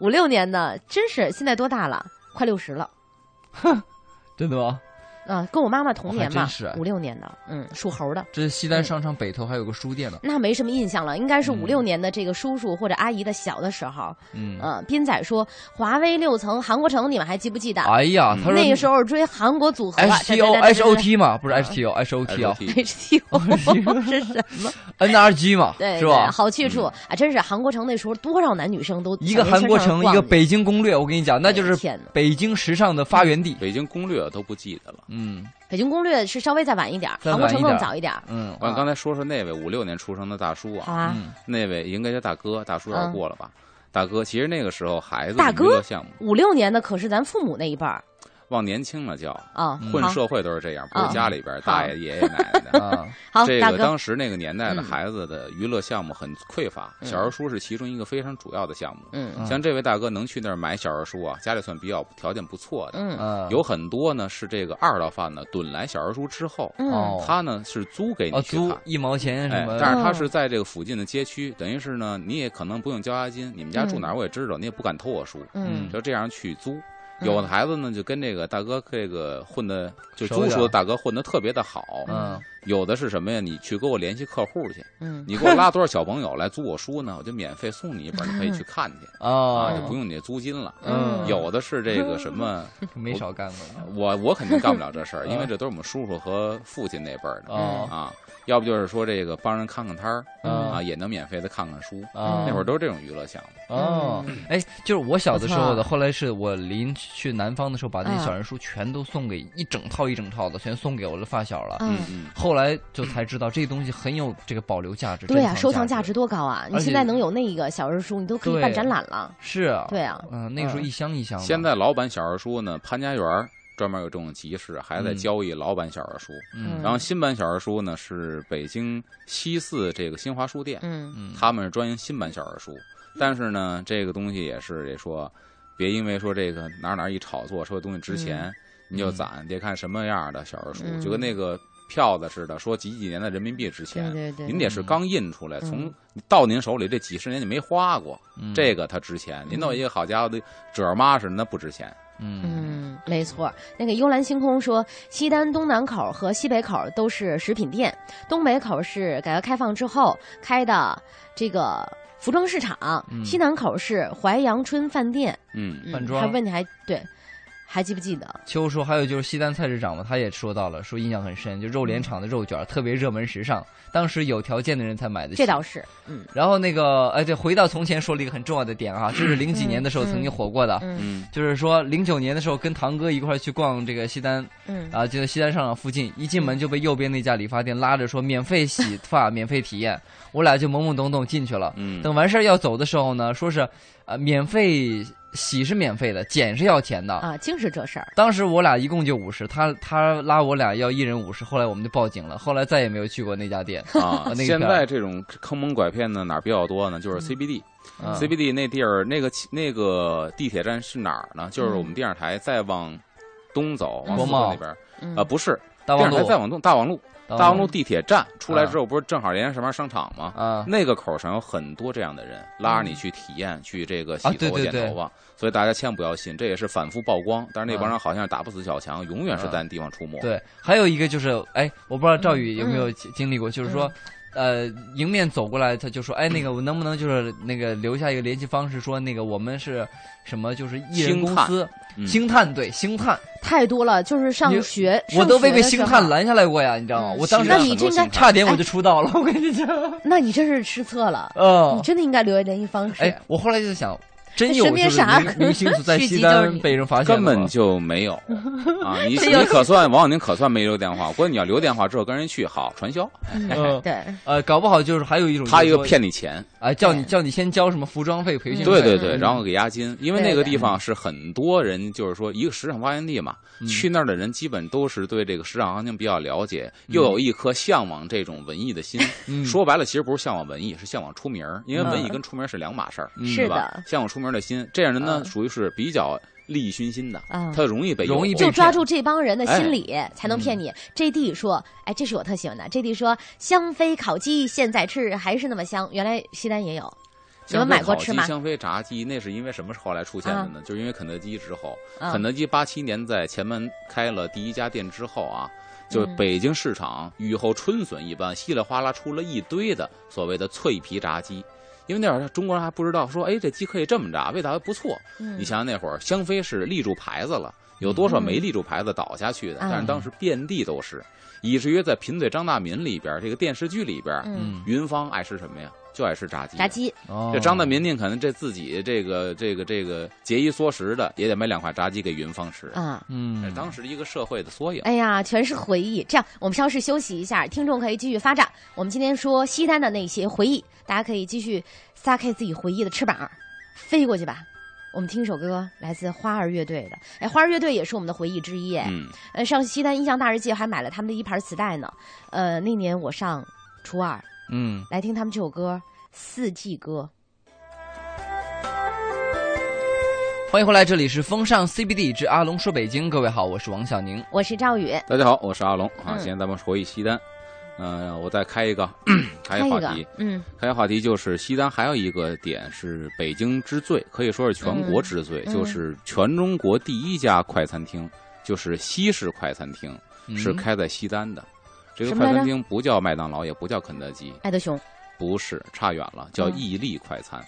B: 五六年的，真是现在多大了？快六十了。
A: 真的吗？
B: 啊，跟我妈妈同年
A: 哦还真
B: 吧
A: 是啊，
B: 五六年的，嗯，属猴的，
A: 这西单商场北头还有个书店呢，
B: 那没什么印象了，应该是
A: 嗯
B: 五六年的这个叔叔或者阿姨的小的时候，
A: 嗯，
B: 嗯，斌仔说华威六层韩国城，你们还记不记得？
A: 哎呀，他说
B: 嗯那个时候追韩国组合啊
A: H T O H O T 嘛，不是 H T O H O T 啊
C: LT
B: H T O 是什么？
A: ，N R G 嘛，
B: 对，
A: 是吧？嗯
B: 好去处啊，真是韩国城那时候多少男女生都
A: 一个韩国城，一个，北京攻略，我跟你讲，那就是
B: 天哪
A: 北京时尚的发源地。
C: 北京攻略都不记得了。
A: 嗯
B: 北京攻略是稍微再晚一点，
A: 再
B: 韩国
A: 晚
B: 城
A: 一
B: 更
A: 点
B: 早一点。
A: 嗯，
C: 我刚才说说那位五六年出生的大叔
B: 好
C: 啊，
B: 啊，
A: 嗯
C: 那位应该叫大哥，大叔有点
B: 嗯
C: 过了吧？大哥，其实那个时候孩子
B: 大
C: 的娱乐
B: 哥
C: 项目
B: 五六年的可是咱父母那一辈儿
C: 往年轻了叫，
B: 啊，
A: 嗯
C: 混
B: 好
C: 社会都是这样，不
B: 哦
C: 是家里边儿
B: 好
C: 大爷爷爷奶奶的。
A: 啊，
B: 好，
C: 这
B: 大
C: 个
B: 哥，
C: 当时那个年代的
B: 嗯
C: 孩子的娱乐项目很匮乏，
B: 嗯
C: 小人书是其中一个非常主要的项目。
B: 嗯
A: 嗯
C: 像这位大哥能去那儿买小人书啊，家里算比较条件不错的，
B: 嗯
A: 嗯，
C: 有很多呢是这个二道贩呢趸来小人书之后，
B: 嗯
A: 哦，
C: 他呢是租给
A: 啊
C: 你去
A: 租
C: 看。
A: 一毛钱什
C: 哎
A: 么，的，嗯
C: 但是他是在这个附近的街区，等于是呢，你也可能不用交押金，你们家住哪儿我也知道，你也不敢偷我书，
B: 嗯
C: 就这样去租。
A: 嗯
C: 有的孩子呢，就跟这个大哥这个混的，就
A: 熟
C: 租
A: 点
C: 书
A: 儿
C: 的大哥混的特别的好。
A: 嗯
C: 有的是什么呀？你去给我联系客户 去，
B: 嗯
C: 你给我拉多少小朋友来租我书呢？我就免费送你一本，你可以去看 去啊，就
A: 哦，
C: 不用你租金了。
A: 嗯
C: 有的是这个什么，
A: 没少干过
C: 我 我肯定干不了这事儿，
A: 嗯
C: 因为这都是我们叔叔和父亲那辈儿的
A: 哦
C: 啊。要不就是说这个帮人看看摊儿
A: 嗯
C: 啊，也能免费的看看书。
A: 啊，
C: 嗯那会儿都是这种娱乐项目。
A: 哦，
B: 嗯
A: 哎，就是我小的时候的，后来是我临去南方的时候，把那些
B: 嗯
A: 小人书全都送给一整套一整套的，全送给我的发小了。
B: 嗯
C: 嗯。嗯，
A: 后来就才知道这东西很有这个保留价值，
B: 对呀、
A: 珍
B: 收藏价值
A: 值
B: 多高啊！你
A: 而且
B: 现在能有那个小人书，你都可以办
A: 对
B: 展览了。
A: 是啊，
B: 对啊，
A: 嗯，那个时候一箱一箱的，
C: 现在老版小人书呢，潘家园儿专门有这种集市，还在
A: 嗯
C: 交易老版小人书。
A: 嗯
C: 然后新版小人书呢是北京西四这个新华书店，
B: 嗯
A: 嗯，
C: 他们是专营新版小人书。但是呢，这个东西也是得说，别因为说这个哪儿哪儿一炒作说这东西值
A: 嗯
C: 钱，你就攒，得看什么样的小人书，
B: 嗯
C: 就跟那个票子似的，说几几年的人民币值
B: 对
C: 钱。
B: 对对，
C: 您得是刚印出来，
B: 嗯
C: 从到您手里这几十年就没花过，
A: 嗯
C: 这个它值钱。您弄一个好家伙的褶儿妈似的，那不值钱。
A: 嗯
B: 嗯，没错。那个幽蓝星空说，西单东南口和西北口都是食品店，东北口是改革开放之后开的这个服装市场，
A: 嗯
B: 西南口是淮阳春饭店。
C: 嗯，
B: 嗯
A: 饭庄
B: 还问你还对，还记不记得？
A: 秋说，还有就是西单菜市场嘛，他也说到了，说印象很深，就肉联厂的肉卷儿特别热门时尚，当时有条件的人才买得起。
B: 这倒是，嗯
A: 然后那个，哎，对，回到从前说了一个很重要的点啊，这是零几年的时候曾经火过的，
B: 嗯
C: 嗯
A: 就是说零九年的时候跟堂哥一块儿去逛这个西单
B: 嗯，
A: 啊，就在西单商场附近，一进门就被右边那家理发店拉着说免费洗发、免费体验，我俩就懵懵懂懂进去了。
C: 嗯，
A: 等完事儿要走的时候呢，说是呃免费洗是免费的，剪是要钱的。
B: 啊，竟是这事儿。
A: 当时我俩一共就五十，他他拉我俩要一人五十，后来我们就报警了，后来再也没有去过那家店。
C: 啊，
A: 那个
C: 现
A: 片儿
C: 在这种坑蒙拐骗的哪儿比较多呢？就是 CBD，CBD、
A: 嗯
C: CBD 那地儿那个起那个地铁站是哪儿呢？就是我们电视台再往东走，
A: 嗯
C: 往
A: 国
C: 四
A: 贸
C: 那边儿
B: 嗯
C: 啊，不是
A: 大
C: 电
A: 望
C: 视台
A: 路，
C: 再往东，大望路，大望路地铁站出来
A: 啊
C: 之后，不是正好连着什么商场吗？
A: 啊，嗯
C: 那个口上有很多这样的人，拉着你去体验，去这个洗
A: 啊对
C: 头
A: 对
C: 剪
A: 对
C: 头发，所以大家千万不要信，这也是反复曝光。但是那帮人好像是打不死小强，永远是在那地方出没。
A: 嗯对，还有一个就是，哎，我不知道赵宇
B: 嗯
A: 有没有经经历过，就是说，呃，迎面走过来，他就说，哎，那个我能不能就是那个留下一个联系方式，说那个我们是什么，就是艺人
C: 星
A: 公
C: 探
A: 司，
C: 嗯
A: 星探对星探，
B: 太多了，就是上
A: 你
B: 学，
A: 我都被
B: 上学
A: 被
B: 的
A: 星
B: 时候
A: 探。拦下来过呀，你知道吗？
B: 嗯
A: 我当时
B: 那你这应该
C: 很多星探
A: 差点我就出道了，我跟你讲，
B: 那你真是失策了，你
A: 嗯，
B: 真的应该留下联系方 式。
A: 哎，我后来就想。真有
B: 身
A: 就
B: 边
A: 是
B: 啥
A: 明明星 组在
B: 续集
A: 西
B: 就是
A: 单
B: 你
A: 被人发现
C: 根
A: 了
C: 本
A: 吗
C: 就没有 啊！你
B: 这
C: 你
B: 有
C: 可算王小宁可算没留电话，关键你要留电话之后跟人去好传销，
A: 嗯
B: 对，
A: 呃，搞不好就是还有一种
C: 他一
A: 就是
C: 个
A: 说
C: 骗你钱，
A: 啊，叫你叫你先交什么服装费、培训费，
C: 对对对，
B: 嗯
C: 然后给押金，因为
B: 对
C: 那个
B: 对
C: 地方是很多人，就是说一个时尚发源地嘛，
A: 嗯
C: 去那儿的人基本都是对这个时尚行情比较了解，又有一颗向往这种文艺的心。
A: 嗯
C: 说白了，其实不是向往文艺，是向往出名儿，因为文艺
B: 嗯
C: 跟出名儿是两码事儿，
A: 嗯
B: 是
C: 对吧
B: 的？
C: 向往出名儿的心，这样人呢，
B: 嗯
C: 属于是比较利益熏心的，
B: 啊。
C: 他容易被诱惑
A: 容易被
B: 就
A: 骗
B: 抓住这帮人的心理，才能骗你。J D 说：“哎，这是我特喜欢的。”J D 说：“香妃烤鸡现在吃还是那么香，原来西单也有。你
C: 香
B: 们
C: 妃
B: 买过
C: 烤
B: 吃
C: 鸡
B: 吗
C: 香妃炸鸡那是因为什么时候后来出现的呢？就是因为肯德基之后，
B: 嗯
C: 肯德基八七年在前门开了第一家店之后啊，就
B: 嗯
C: 北京市场雨后春笋一般，稀里哗啦出了一堆的所谓的脆皮炸鸡。因为那会儿中国人还不知道说，哎，这鸡可以这么炸，味道还不错。
B: 嗯
C: 你想想那会儿，香妃是立住牌子了，有多少
B: 嗯
C: 没立住牌子倒下去的？
B: 嗯
C: 但是当时遍地都是，以至于在《贫嘴张大民》里边，这个电视剧里边，
B: 嗯，
A: 嗯，
C: 云芳爱吃什么呀？就爱吃炸鸡。
B: 炸鸡，
A: 哦
C: 这张大民宁可能这自己这个这个这个节衣缩食的，也得买两块炸鸡给云芳吃。
B: 啊。
A: 嗯
C: 这，当时一个社会的缩影。
B: 哎呀，全是回忆。这样，我们稍事休息一下，听众可以继续发展。我们今天说西单的那些回忆，大家可以继续撒开自己回忆的翅膀，飞过去吧。我们听一首歌，来自花儿乐队的。哎，花儿乐队也是我们的回忆之一。哎，
C: 嗯，
B: 呃，上西单音像大世界还买了他们的一盘磁带呢。呃，那年我上初二，
A: 嗯，
B: 来听他们这首歌《四季歌
A: 欢迎回来，这里是风尚 CBD 之阿龙说北京。各位好，我是王小宁》。。
B: 我是赵宇，
C: 大家好，我是阿龙啊。
B: 嗯
C: 现在咱们回忆西单，嗯、我再开 一个，
B: 开
C: 开一
B: 一
C: 个话
B: 个
C: 题，，
B: 嗯
C: 开一个话题就是西单还有一个点是北京之最，可以说是全国之最，
B: 嗯
C: 就是全中国第一家快餐厅，就是西式快餐厅，
A: 嗯
C: 是开在西单的。这
B: 嗯
C: 个
B: 什么来
C: 快
B: 着
C: 餐厅不叫麦当劳，也不叫肯德基，
B: 爱德熊，
C: 不是，差远了，叫
B: 嗯
C: 屹立快餐。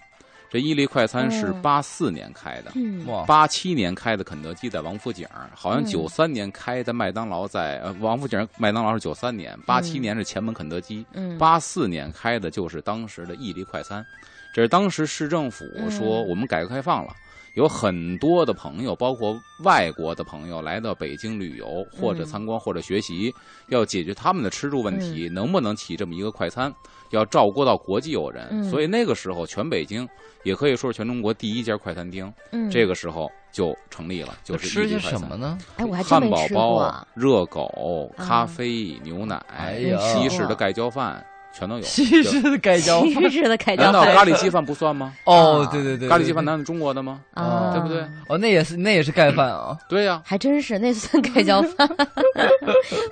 C: 这屹立快餐是
B: 哦
C: 八四年开的，
B: 嗯
A: 哇，
C: 八七年开的肯德基在王府井，好像
B: 嗯
C: 九三年开的麦当劳在呃王府井麦当劳是九三年，八七年是前门肯德基，
B: 嗯，
C: 八四年开的就是当时的屹立快餐。这是当时市政府说
B: 嗯
C: 我们改革开放了。有很多的朋友，包括外国的朋友，来到北京旅游或者
B: 嗯
C: 参观或者学习，要解决他们的吃住问题，能不能起这么一个快餐？要照顾到国际友人，
B: 嗯
C: 所以那个时候全北京也可以说是全中国第一家快餐厅。
B: 嗯
C: 这个时候就成立了，就是
A: 吃
C: 一级
A: 些
C: 快餐
A: 什么？呢？
B: 哎，我还真
C: 汉
B: 没
C: 堡啊
B: 吃过嗯
C: 包、热狗、咖啡、牛奶
A: 哎、呀
C: 西式的盖浇饭、全都有。
A: 西式的盖 浇饭
B: 西式的盖
C: 难
B: 浇
C: 道
B: 饭
C: 咖喱鸡饭不算吗？
A: 哦，对 对对，
C: 咖喱鸡饭
A: 对
C: 难道中国的吗？
B: 啊，
C: 对不对？
A: 哦，那也是那也是盖饭啊，
C: 对呀，
B: 还真是，那算盖浇饭。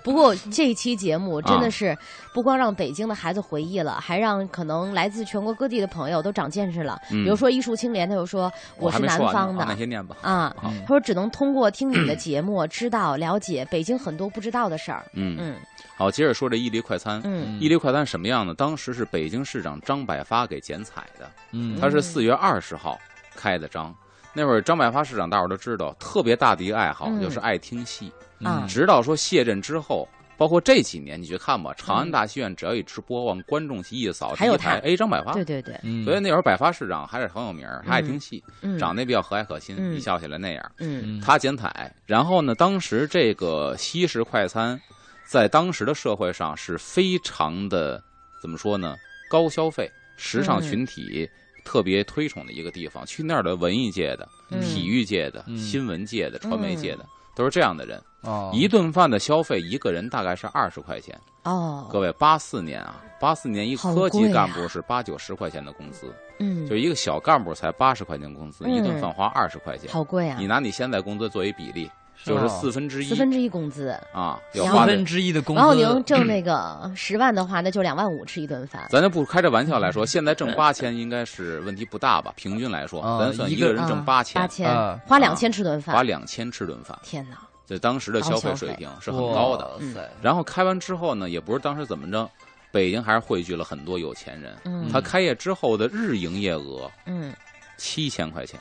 B: 不过这一期节
C: 啊
B: 目真的是不光让北京的孩子回忆了，还让可能来自全国各地的朋友都长见识了。
C: 嗯
B: 比如说艺术青年，他就说
C: 我还
B: 是
C: 没
B: 南
C: 说完呢
B: 方的
C: 啊那些念吧。
B: 啊，
A: 嗯
B: 他说只能通过听你的节目知道了解北京很多不知道的事儿。
C: 嗯，
B: 嗯
C: 好，接着说这伊犁快餐。
B: 嗯
C: 伊犁快餐什么样呢？当时是北京市长张百发给剪彩的，
A: 嗯
C: 他是四月二十号开的张。那会儿张百发市长大伙儿都知道，特别大的一个爱好
B: 嗯
C: 就是爱听戏。
A: 嗯
B: 啊
C: 直到说卸任之后，包括这几年，你去看吧，长安大戏院只要一直播，往观众席一扫，
B: 嗯还有
C: 第一排
B: 他
C: 哎张百发。
B: 对对对，
A: 嗯
C: 所以那会儿百发市长还是很有名儿，他爱听戏，
B: 嗯，
C: 长得比较和蔼可亲，
B: 嗯
C: 一笑起来那样。
B: 嗯
A: 嗯
C: 他剪彩，然后呢，当时这个西式快餐，在当时的社会上是非常的怎么说呢？高消费、时
B: 嗯
C: 尚群体特别推崇的一个地方。去那儿的文艺界的、
B: 嗯
C: 体育界的、
A: 嗯
C: 新闻界的、传媒界的，都是这样的人。
A: 哦
C: 一顿饭的消费，一个人大概是二十块钱。各
B: 哦，
C: 位，八四年啊，八四年一
B: 好
C: 科级
B: 贵啊
C: 干部是八九十块钱的工资，
B: 嗯
C: 就，一个小干部才八十块钱工资，
B: 嗯
C: 一顿饭花二十块钱。
B: 好贵啊
C: 你，拿你现在工资做一比例，就是
A: 吗
C: 四分之一
B: 四分之一工资。
C: 啊，要
B: 然
A: 四
C: 花的
A: 分。之一的工资，
B: 王小宁挣那个 十万的话，那就两万五吃一顿饭。
C: 咱就不开这玩笑来
B: 嗯
C: 说，现在挣八千应该是问题不大吧？平均来说，
A: 啊
C: 咱算
A: 一
C: 一
A: 个
C: 个人挣
B: 啊
C: 八
B: 八
C: 千，
B: 千
A: 啊，
B: 花两千吃顿
C: 花
B: 饭。
C: 两千吃顿饭，
B: 天哪！
C: 这当时的
B: 高
C: 消
B: 消
C: 费
B: 费哦
C: 水平是很高的。
A: 哇嗯塞，
C: 然后开完之后呢，也不是当时怎么着，北京还是汇聚了很多有钱人。
B: 嗯
C: 他开业之后的日营业额
B: 嗯，
C: 七千块钱，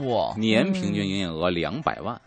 B: 哦
A: 哇
C: 年平均营业额两百万，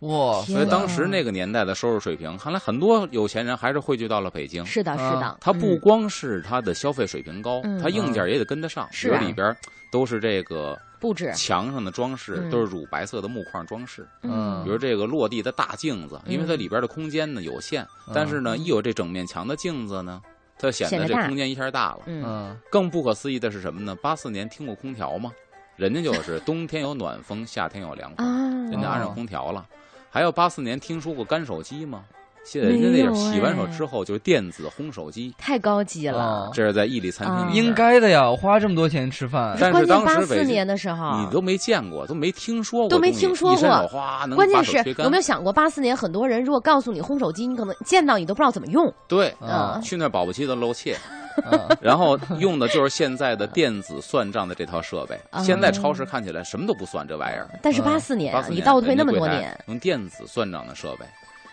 A: 哇，
B: 天
C: 所以当时
B: 哪
C: 那个年代的收入水平，看来很多有钱人还是汇聚到了北京。
B: 是的，是的
A: 啊。
C: 它嗯不
B: 嗯
C: 光是它的消费水平高，
B: 嗯
C: 它硬件也得跟得上。
B: 是
C: 比
B: 啊
C: 如里边都是这个
B: 布置，
C: 墙上的装饰，
B: 嗯
C: 都是乳白色的木框装饰。
A: 嗯
C: 比如这个落地的大镜子，
B: 嗯
C: 因为它里边的空间呢有限，但是呢，一有这整面墙的镜子呢，它显
B: 显
C: 得
B: 得
C: 这
B: 大
C: 空间一下大了。
B: 嗯
A: 嗯
C: 更不可思议的是什么呢？八四年听过空调吗？人家就是冬天有暖风，夏天有凉风，人
B: 啊，
C: 家安上空调了。还有八四年听说过干手机吗？现在
B: 没
C: 人家那
B: 有
C: 是洗完手
B: 哎
C: 之后就是电子烘手机。
B: 太高级了
A: 啊。
C: 这是在伊犁餐厅
B: 啊
C: 里边，
A: 应该的呀，我花这么多钱吃饭，
C: 但
B: 关
C: 是
B: 键
C: 当
B: 八
C: 时
B: 四
C: 北
B: 年
C: 京
B: 的时候，
C: 你都没见过，都没听说过，
B: 都没听说过
C: 一伸手哗，能
B: 关
C: 把
B: 键
C: 手
B: 是
C: 吹干
B: 有没有想过，八四年很多人如果告诉你烘手机，你可能见到你都不知道怎么用。
C: 对，
A: 啊
C: 去那儿保不齐都露怯，
A: 啊
C: 然后用的就是现在的电子算账的这套设备。
B: 啊
C: 现在超市看起来什么都不算这玩意儿，
B: 但是
A: 嗯
B: 八四年
C: 84
B: 啊，你
C: 年
B: 倒退那么多
C: 人家柜台
B: 年，
C: 用电子算账的设备。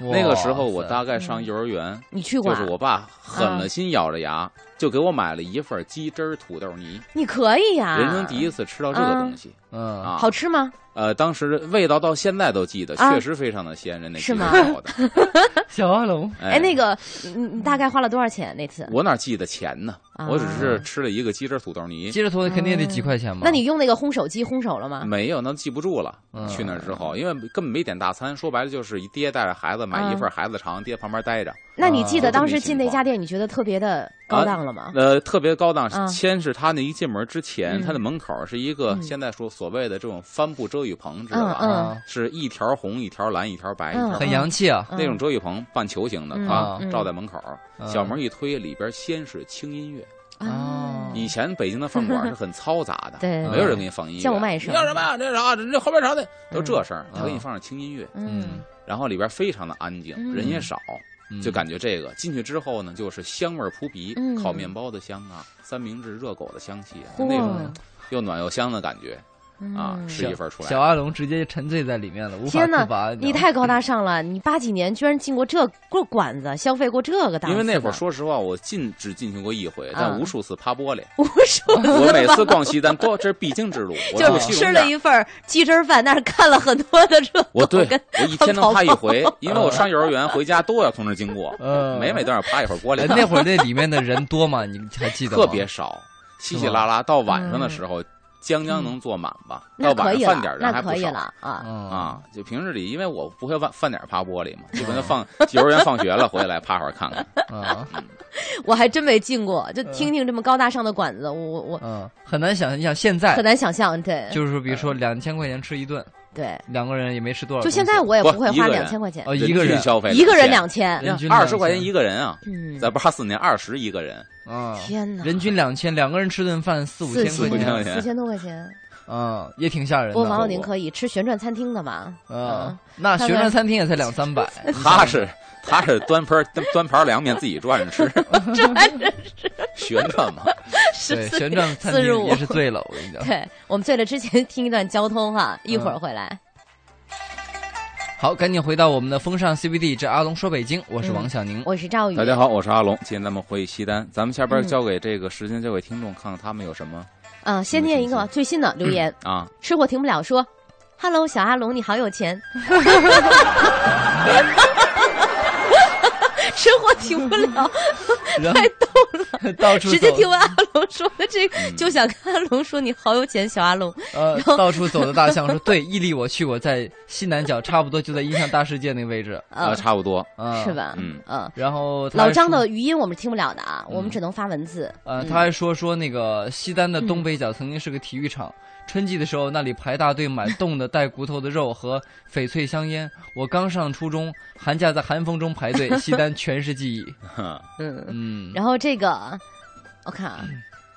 A: 哇
C: 那个时候我
A: 塞
C: 大概
B: 嗯
C: 上幼儿园，
B: 你去过
C: 就
B: 啊
C: 是？我爸狠了
B: 嗯
C: 心咬着牙就给我买了一份鸡汁儿土豆泥，
B: 你可以呀，
C: 人生第一次吃到这个东西
A: 嗯
C: 啊，
B: 好吃吗？
C: 呃，当时味道到现在都记得，
B: 啊
C: 确实非常的鲜，人那
B: 是
C: 鸡
B: 吗
C: 肉炒的。
A: 小阿龙，
C: 哎
B: 哎，那个你你大概花了多少钱那次？
C: 我哪记得钱呢？
B: 啊
C: 我只是吃了一个鸡汁土豆泥，
A: 接着拖肯定也得几块钱吧？
B: 啊那你用那个烘手机烘手了吗？
C: 没有，那记不住了
A: 嗯。
C: 去那儿之后，因为根本没点大餐，说白了就是一爹带着孩子
B: 嗯
C: 买一份，孩子尝，爹旁边待着。
B: 那你记
A: 啊
B: 得
C: 这么
B: 当
C: 一
B: 时
C: 情
B: 进那
C: 况
B: 家店，你觉得特别的
C: 啊
B: 高档了吗？
C: 呃，特别高档
B: 啊。
C: 先是他那一进门之前，
B: 嗯
C: 他的门口是一个
B: 嗯
C: 现在说所谓的这种帆布遮雨棚，知道吧？
A: 啊
C: 是一条红，一条蓝，一条白，一条
B: 嗯
C: 黑
A: 很洋气啊，
C: 那种遮雨棚，半球形的
B: 嗯
C: 啊
B: 嗯，
C: 罩在门口，
A: 嗯
C: 小门一推，里边先是轻音乐。
A: 啊
B: 啊，
C: 以前北京的饭馆是很嘈杂的，
B: 对
C: 没有人给你放音乐，
B: 叫我卖声
C: 你要什么呀？那啥，这后边啥的都
B: 嗯
C: 这声儿，他给你
A: 啊
C: 放上轻音乐，
A: 嗯
B: 嗯，
C: 然后里边非常的安静，
B: 嗯
C: 人也少，
A: 嗯
C: 就感觉这个进去之后呢，就是香味儿扑鼻，
B: 嗯
C: 烤面包的香啊，三明治、热狗的香气，
B: 嚯
C: 就那种又暖又香的感觉啊，
B: 嗯
C: 吃一份出来
A: 小。阿龙直接沉醉在里面了，无法
B: 天
A: 自
B: 呐
A: 拔。
B: 你
A: 知道吗
B: 太高大上了！你八几年居然进过这过馆子，消费过这个档次的，
C: 因为那会儿说实话，我进只进去过一回，但
B: 嗯
C: 无数次趴 玻璃。
B: 无数，
C: 我每次逛西单都这是必经之路，我
B: 就
C: 住
B: 是
C: 西
B: 吃
C: 门
B: 了
C: 店
B: 一份儿鸡汁儿饭，但是看了很多的热狗
C: 我对
B: 跟
C: 我一天能趴一 回，因为我上幼儿园回家都要从这儿经过，
A: 嗯
C: 每每都要趴一会儿玻
A: 哎
C: 璃，
A: 那会儿那里面的人多 吗？你还记得吗
C: 特别少，稀稀拉拉。到晚上的时候，将将能坐满吧，到
B: 嗯那可
C: 晚
B: 以
C: 上饭点
B: 了，
C: 人
B: 那
C: 还不
B: 可以
C: 少。
B: 了啊！
A: 嗯
C: 啊，就平日里，因为我不会饭饭点趴玻璃嘛，就可能 放幼儿园放学了回来趴会儿看看。
A: 啊
B: 我还真没进过，
A: 嗯
B: 就听听这么高大上的馆子，我我我
A: 嗯，很难想象现在
C: 哎
B: 很难想象，对，
A: 就是比如说两千块钱吃一顿，
B: 对，
A: 两个人也没吃多少
B: 就
A: 东西。
B: 现在我也
C: 不
B: 不会
C: 一
B: 花
C: 个人
B: 两千块钱，
A: 哦，一个人
C: 均消费
B: 一个人
C: 两
B: 两千，
A: 人均
C: 二十块钱
A: 一
C: 一个人啊，
B: 嗯，
C: 在八四年二十一个人，
A: 啊，
B: 天哪，
A: 人均两千，两个人吃顿饭四五千
B: 四
A: 块
C: 千
A: 钱，
C: 块钱
B: 四千多块钱。
A: 嗯，也挺吓人
B: 不过王
A: 的。
B: 若宁可以吃旋转餐厅的嘛，
A: 嗯
B: 啊，
A: 那
B: 看
A: 旋转
B: 看
A: 餐厅也才两三 百，
C: 他是他是端盆儿 端盘儿凉面自己转 着吃，旋转嘛，
A: 对
B: 14
A: 旋转餐
B: 四十
A: 厅
B: 五
A: 也是醉了，我跟你讲。
B: 对我们醉了之前听一段交通哈，一
C: 嗯
B: 会儿回来。
A: 好，赶紧回到我们的风尚 CBD，这阿龙说北京，我是
B: 嗯
A: 王小 宁。
B: 我是赵宇，
C: 大家好，我是阿龙，今天咱们回忆西单，咱们下边交给这个时间交给听众，看看他们有什么
B: 嗯，先念一个最新的留言，
C: 啊，
B: 吃货停不了说：“Hello，小阿龙，你好有钱。”吃货停不了，
A: 然后
B: 太逗 了！
A: 到处
B: 直接
A: 走
B: 听完阿龙说的这个，就想跟阿龙说你好有钱，小阿龙。
A: 呃
B: 然，后
A: 到处走的大象说：“对，伊犁我去过，在西南角，差不多就在音像大世界那个位置，
C: 呃，
B: 啊，
C: 差不多，
A: 啊，
B: 是？吧？
C: 嗯
B: 嗯，
A: 然后他
B: 老
A: 还
B: 张
A: 说
B: 的语音我们听不了的啊，我们只能发文字。
A: 呃，
B: 嗯
A: 他还说说那个西单的东北角曾经是个体育场，
C: 嗯
A: 春季的时候那里排大队买冻的带骨头的肉和翡翠香烟。我刚上初中，寒假在寒风中排队，西单全是 记忆。
C: 哼
B: 嗯，
A: 嗯，
B: 然后这个，我看啊，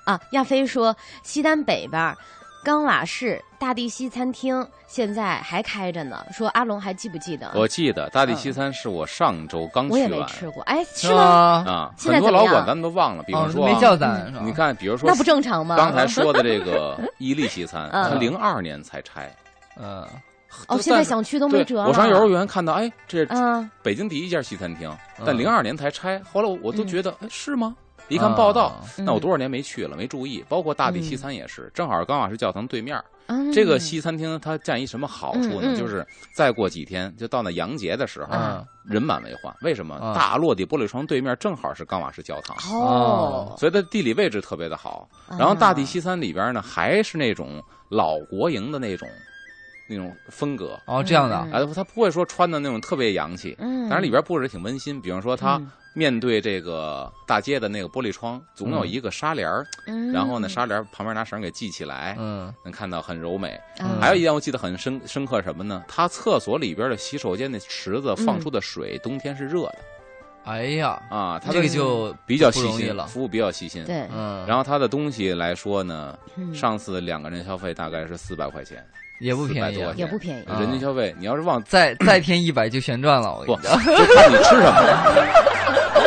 B: 啊，亚飞说西单北边儿冈瓦市大地西餐厅现在还开着呢，说阿龙还记不记得？
C: 我记得大地西餐是我上周刚
B: 我也
C: 去
B: 没
C: 完
B: 吃过，哎，
A: 是
B: 吃了，
A: 吗？
C: 啊，
B: 现在
C: 很多
B: 怎么
C: 老
B: 样
C: 馆咱们都忘了，比
A: 哦
C: 方，说啊
A: 没叫咱，是吧
C: 你看，比如说
B: 那不正常吗？
C: 刚才说的这 个伊利西餐，
B: 嗯
C: 它零二年才拆，
A: 嗯，
B: 哦，
C: 就
B: 现在
C: 但是
B: 想去都没
C: 对
B: 辙了。
C: 我上幼儿园看到，哎，这是
B: 啊，
C: 北京第一家西餐厅，
A: 嗯
C: 但零二年才拆，后来我我都
B: 嗯
C: 觉得，哎，是吗？一看报道，
A: 啊，
B: 嗯
C: 那我多少年没去了，没注意。包括大地西餐也是，正好刚瓦市教堂对面儿。
B: 嗯
C: 这个西餐厅它占一什么好处
B: 嗯嗯
C: 呢？就是再过几天就到那洋节的时候
A: 啊，
C: 人满为患。为什么
A: 啊？
C: 大落地玻璃窗对面正好是刚瓦市教堂，
B: 哦，
C: 所以它地理位置特别的好。
B: 啊
C: 然后大地西餐里边呢，还是那种老国营的那种那种风格。
A: 哦，这样的啊，
B: 嗯
C: 啊，他不会说穿的那种特别洋气，
B: 嗯，
C: 当然里边布置得挺温馨。比方说，他面对这个大街的那个玻璃窗，总有一个纱帘儿，
B: 嗯，
C: 然后呢，纱帘儿旁边拿绳给系起来，
A: 嗯，
C: 能看到很柔美。
B: 嗯
C: 还有一点我记得很深深刻，什么呢？他厕所里边的洗手间的池子放出的水，冬天是热的
A: 哎呀，
C: 啊，他
A: 嗯这个
C: 的
A: 就
C: 比较
A: 不
C: 细
A: 容易
C: 心
A: 了，
C: 服务比较细心。，
B: 对，
A: 嗯，
C: 然后他的东西来说呢，
B: 嗯
C: 上次两个人消费大概是四百块钱，
A: 也不便
C: 400
A: 宜
C: 多
A: 啊
C: 块，
B: 也
C: 钱
B: 不便宜
A: 啊
C: 人均消费，你要是往
B: 啊
A: 再再添一百就旋转了，我跟
C: 不，
A: 你
C: 就
A: 讲，
C: 看你吃什么了。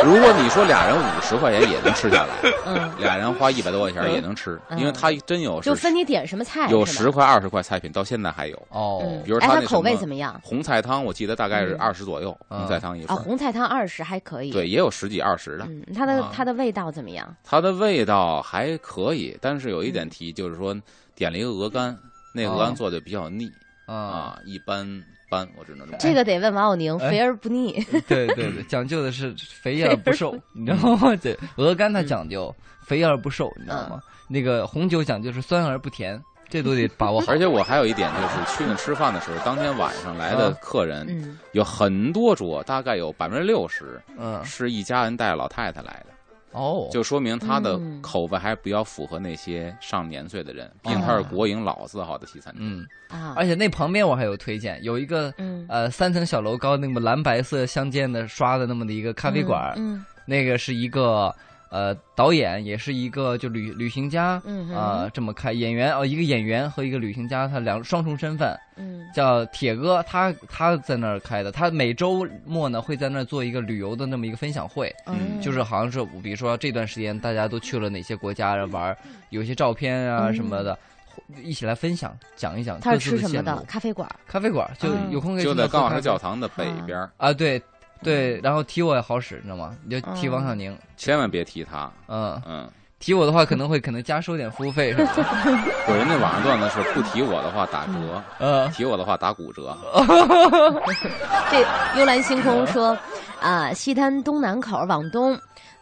C: 如果你说俩人五十块钱也能吃下 来，
B: 嗯，
C: 俩人花一百多块钱也能吃，
B: 嗯
C: 因为他真有
B: 就是分你点什么菜，
C: 有
B: 是
C: 十
B: 吧，
C: 块二十块菜品，到现在还有。
A: 哦，
B: 嗯
C: 比如
B: 哎，
C: 他
B: 它
C: 那
B: 口
C: 什
B: 味
C: 么
B: 怎么样？
C: 红菜汤我记得大概是
B: 嗯
C: 二十左右，
A: 嗯
C: 红菜汤一
B: 啊，
C: 份儿，
B: 红菜汤二十还可以，，
C: 对，也有十几二十的。
B: 嗯，它的
A: 啊
B: 它的味道怎么样？
C: 它的味道还可以，但是有一点提就是
B: 嗯
C: 说，点了一个鹅肝，那鹅
A: 哦
C: 肝做的比较腻
A: 啊，
C: 啊，一般般，我只能这么说
B: 哦这个得问王小宁，
A: 哎
B: 肥而不 腻。
A: 对对对，讲究的是 肥而不瘦，嗯你知道吗？对，鹅肝它讲究肥而不瘦，你知道吗？那个红酒讲究是酸而不甜，这都得把握 好
C: 而且我还有一点就是，去那吃饭的时候，当天晚上来的
A: 啊
C: 客人，
B: 嗯，
C: 有很多桌，大概有百分之六十
A: 嗯，
C: 是一家人带着老太太来的，
A: 哦，
C: 就说明他的
B: 嗯
C: 口味还比较符合那些上年岁的人，毕竟
A: 哦
C: 他是国营老字号的西餐厅。
A: 嗯，
B: 啊，
C: 哎
A: 而且那旁边我还有推荐，有一个
B: 嗯，
A: 呃三层小楼高，那么蓝白色相间的刷的那么的一个咖啡馆儿，
B: 嗯
A: 那个是一个呃导演，也是一个就旅旅行家。
B: 嗯
A: 啊、这么开演员哦，一个演员和一个旅行家，他两双重身份，
B: 嗯
A: 叫铁哥，他他在那儿开的，他每周末呢会在那儿做一个旅游的那么一个分享会，
B: 嗯，
A: 就是好像是比如说这段时间大家都去了哪些国家玩儿，有一些照片啊
B: 嗯
A: 什么的，一起来分享讲一讲
B: 它
A: 各
B: 是吃
A: 自
B: 什么
A: 线
B: 的
A: 路？。
B: 咖啡馆儿。
A: 咖啡馆就
B: 嗯
A: 有空可以
C: 就
A: 去那
C: 在
A: 喝
C: 高
A: 咖
C: 老
A: 啡
C: 师教堂的北边儿，
A: 啊，对对，然后提我也好使，你知道吗？你就提
B: 嗯
A: 王小宁，
C: 千万别提他。
A: 嗯，
C: 嗯，
A: 提我的话可能会可能加收点服务费 什么的，
C: 不是人家网上段子是不提我的话打折，
A: 呃，
C: 提我的话打骨折。
B: 这幽兰星空
A: 嗯
B: 说，啊，西单东南口往东。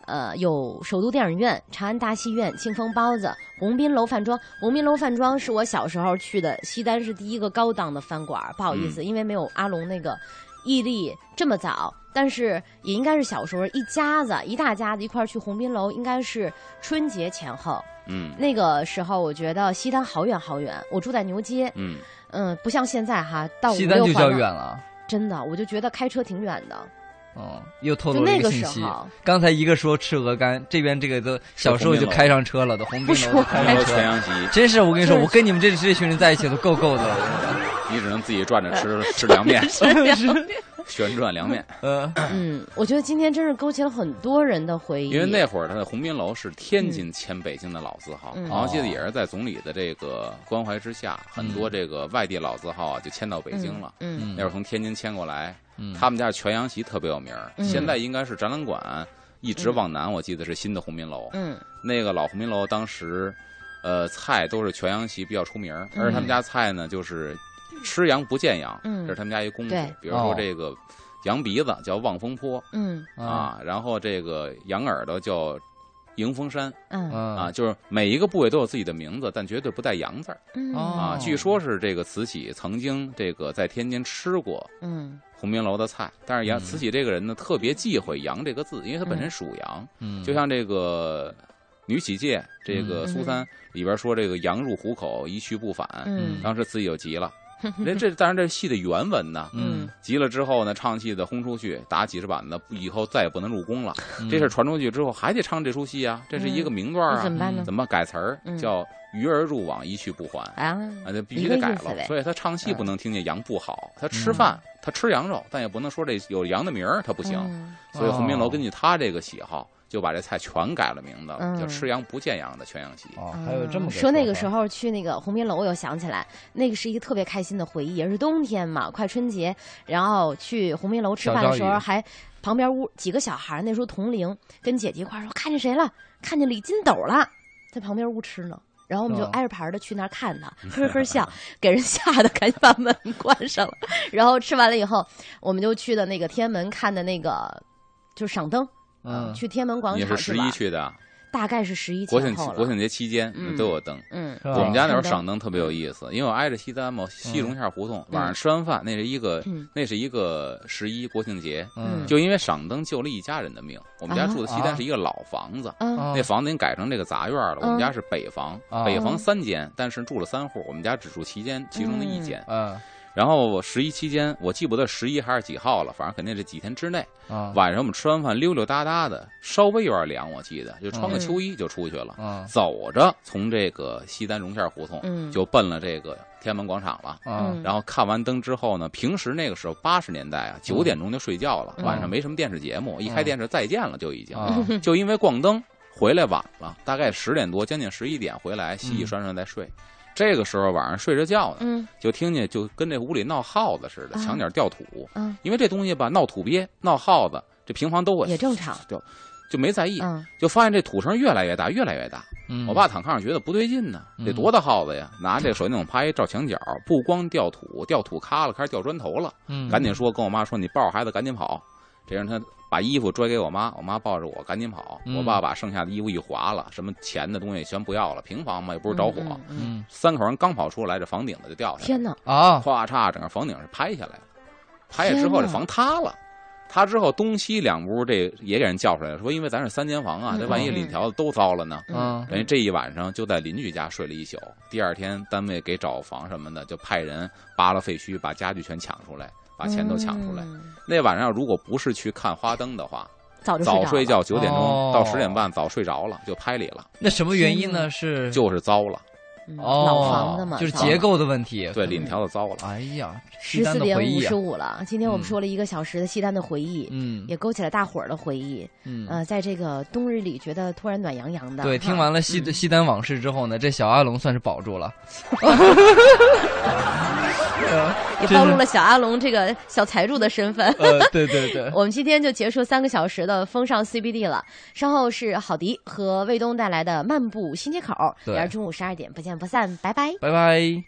B: 呃，有首都电影院、长安大戏院、庆丰包子、鸿宾楼饭庄。鸿宾楼饭庄是我小时候去的，
A: 嗯
B: 西单是第一个高档的饭馆儿。不好意思，因为没有阿龙那个毅力这么早但是也应该是小时候一家子一大家子一块儿去鸿宾楼，应该是春节前后。
C: 嗯
B: 那个时候我觉得西单好远好远，我住在牛街，
C: 嗯，
B: 嗯，不像现在哈，到五
A: 西单
B: 六
A: 就
B: 环
A: 叫
B: 了
A: 远了。
B: 真的，我就觉得开车挺远的。
A: 哦，又透
B: 就
A: 露了
B: 那
A: 一
B: 个
A: 信
B: 时
A: 息。
B: 候，
A: 刚才一个说吃鹅肝，这边这个都小时候就开上车了，都红
B: 不
A: 兵
B: 说
A: 楼都开
C: 然后
A: 上
C: 全
A: 车了。
C: 羊席，
A: 真是，我跟你说，
B: 真是
A: 我跟你们这这群人在一起都够够的了。
C: 你只能自己转着吃吃凉面，
A: 是，
C: 旋转凉面。
A: 呃，
B: 嗯，我觉得今天真是勾起了很多人的回忆。
C: 因为那会儿它的鸿宾楼是天津迁北京的老字号，
B: 嗯
C: 然后记得也是在总理的这个关怀之下，很多这个外地老字号啊就迁到北京了。
B: 嗯，
C: 那会儿从天津迁过来，
A: 嗯
C: 他们家全羊席特别有名儿，
B: 嗯
C: 现在应该是展览馆。一直往南，我记得是新的鸿宾楼。
B: 嗯
C: 那个老鸿宾楼当时，呃，菜都是全羊席比较出名儿，而他们家菜呢就是吃羊不见羊，
B: 嗯
C: 这是他们家一功夫
B: 对。
C: 比如说
A: 哦
C: 这个羊鼻子叫望风坡
B: 嗯
A: 啊，
C: 啊，然后这个羊耳朵叫迎风山
B: 嗯
A: 啊
C: 啊，，就是每一个部位都有自己的名字，但绝对不带羊字儿
B: 嗯
A: 哦
C: 啊。据说是这个慈禧曾经这个在天津吃过
B: 嗯
C: 鸿宾楼的菜，但是杨
A: 嗯
C: 慈禧这个人呢特别忌讳“羊”这个字，因为她本身属羊，
A: 嗯
C: 就像这个女喜界这个
B: 嗯
C: 苏三里边说这个“羊入虎口，一去不返”，
B: 嗯
C: 当时慈禧就急 了。人这当然这是戏的原文呢，
A: 嗯，
C: 急了之后呢，唱戏的轰出去，打几十板子，以后再也不能入宫了。
B: 嗯
A: 嗯
C: 这事儿传出去之后，还得唱这出戏啊，这是一个名段
B: 那嗯怎
C: 啊，
B: 么办呢？
C: 怎么改词儿
B: 嗯
C: 叫“鱼儿入网，一去不还”。
B: 啊，
C: 啊，那必须得改
B: 一个意思
C: 了
B: 呗。嗯
C: 所以他唱戏不能听见羊不好，他吃饭他吃羊肉，但也不能说这有羊的名儿，他不行。
B: 嗯
C: 所以鸿宾楼
A: 哦
C: 根据他这个喜好，就把这菜全改了名字了，
B: 嗯
C: 叫吃羊不见羊的全羊席。
A: 哦，还有这么
B: 啊
A: 个
B: 说那个时
A: 候
B: 候去那个鸿宾楼，我又想起来，那个是一个特别开心的回忆，也是冬天嘛，快春节，然后去鸿宾楼吃饭的时
A: 小章
B: 候，
A: 鱼
B: 还旁边屋几个小孩儿，那时候同龄，跟姐姐一块儿说看见谁了，看见李金斗了，在旁边屋吃呢。然后我们就
A: 哦
B: 挨着排的去那儿看 他，呵呵笑，给人吓得赶紧把门 关上了。然后吃完了以后，我们就去的那个天安门看的那个，就是赏灯，
A: 嗯
B: 去天安门广
C: 你是
B: 场
C: 十
B: 玩
C: 一，去的啊，
B: 大概是十一
C: 国
B: 前
C: 庆
B: 后
C: 国
B: 了。
C: 庆节期间
B: 嗯
C: 那都有灯。
B: 嗯，
A: 是吧嗯
C: 我们家那时候
B: 看灯
C: 赏灯特别有意思，因为我挨着西单嘛，西荣下胡同。晚上吃完饭，那是一个
B: 嗯
C: 那是一个十一国庆节，
A: 嗯
C: 就因为赏灯救了一家人的命。我们家
B: 啊
C: 住的西单是一个老房子，
B: 嗯
A: 啊
C: 那房子已经改成这个杂院了。我
B: 嗯
C: 们家是北房，
A: 啊
C: 北房三间，但是住了三户，我们家只住其间其中的一间。
A: 嗯
C: 然后我十一期间，我记不得十一还是几号了，反正肯定是几天之内。
A: 啊
C: 晚上我们吃完饭溜溜达达的，稍微有点凉，我记得就穿个
B: 嗯
C: 秋衣就出去了，
A: 啊
C: 走着从这个西单荣县胡同
B: 嗯
C: 就奔了这个天安门广场了。
A: 啊
C: 然后看完灯之后呢，平时那个时候八十年代啊，九点钟就睡觉了，
B: 嗯
C: 晚上没什么电视节目，一开电视再见了就已经。
A: 啊
C: 就因为逛灯回来晚了，大概十点多，将近十一点回来，洗洗
A: 嗯
C: 涮涮再睡。这个时候晚上睡着觉呢，
B: 嗯
C: 就听见就跟这屋里闹耗子似的，
B: 啊
C: 墙角掉土，
B: 嗯，
C: 因为这东西吧，闹土鳖、闹耗子，这平房都会
B: 也正常，
C: 就就没在意，
B: 嗯
C: 就发现这土声越来越大，越来越大。
A: 嗯
C: 我爸躺炕上觉得不对劲呢，
A: 嗯
C: 这多大耗子呀！拿这手电筒啪一照墙角，不光掉土，掉土咖了，开始掉砖头了。
A: 嗯
C: 赶紧说跟我妈说，你抱着孩子赶紧跑。这让他把衣服拽给我妈，我妈抱着我赶紧跑。
A: 嗯
C: 我爸把剩下的衣服一划了，什么钱的东西全不要了，平房嘛又不是着火。
B: 嗯嗯嗯
A: 嗯
C: 三口人刚跑出来，这房顶子就掉下来
B: 天
C: 了，
B: 哪，
A: 啊
C: 咵嚓，整个房顶是拍下来了。拍下之后，
B: 天哪
C: 这房塌了。塌之后，东西两屋这也给人叫出来了，说因为咱是三间房啊，
B: 嗯
C: 这万一
B: 嗯
C: 里条子都糟了呢？
A: 嗯
C: 等于这一晚上就在邻居家睡了一宿，第二天单位给找房什么的，就派人扒拉废墟，把家具全抢出来，把钱都抢出来。
B: 嗯
C: 那晚上如果不是去看花灯的话，
B: 早就
C: 早
B: 睡
C: 睡
B: 着了，
C: 觉九点
A: 哦
C: 钟到十点半早睡着了，就拍里了，
A: 那什么原因
B: 天
A: 呢？是
C: 就是糟了，
B: 嗯
A: 哦
B: 老房子嘛，
A: 就是结构的问题。
C: 对，
A: 可能
C: 领条子糟了。
A: 哎呀，西
B: 十
A: 单
B: 四
A: 的
B: 点
A: 回
B: 五
A: 忆啊
B: 十五了。今天我们说了一个小时的西单的回忆，
A: 嗯
B: 也勾起了大伙儿的回忆。
A: 嗯
B: 呃，在这个冬日里，觉得突然暖洋洋的。
A: 对，
B: 哈
A: 听完了西、
B: 嗯
A: 西单往事之后呢，这小阿龙算是保住了。
B: 也
A: 真是
B: 暴露了小阿龙这个小财主的身份。
A: 呃，对对对，
B: 我们今天就结束三个小时的风尚 CBD 了，稍后是郝迪和卫东带来的漫步新街口，
A: 对
B: 然后中午十二点不见不散，拜拜。
A: 拜拜。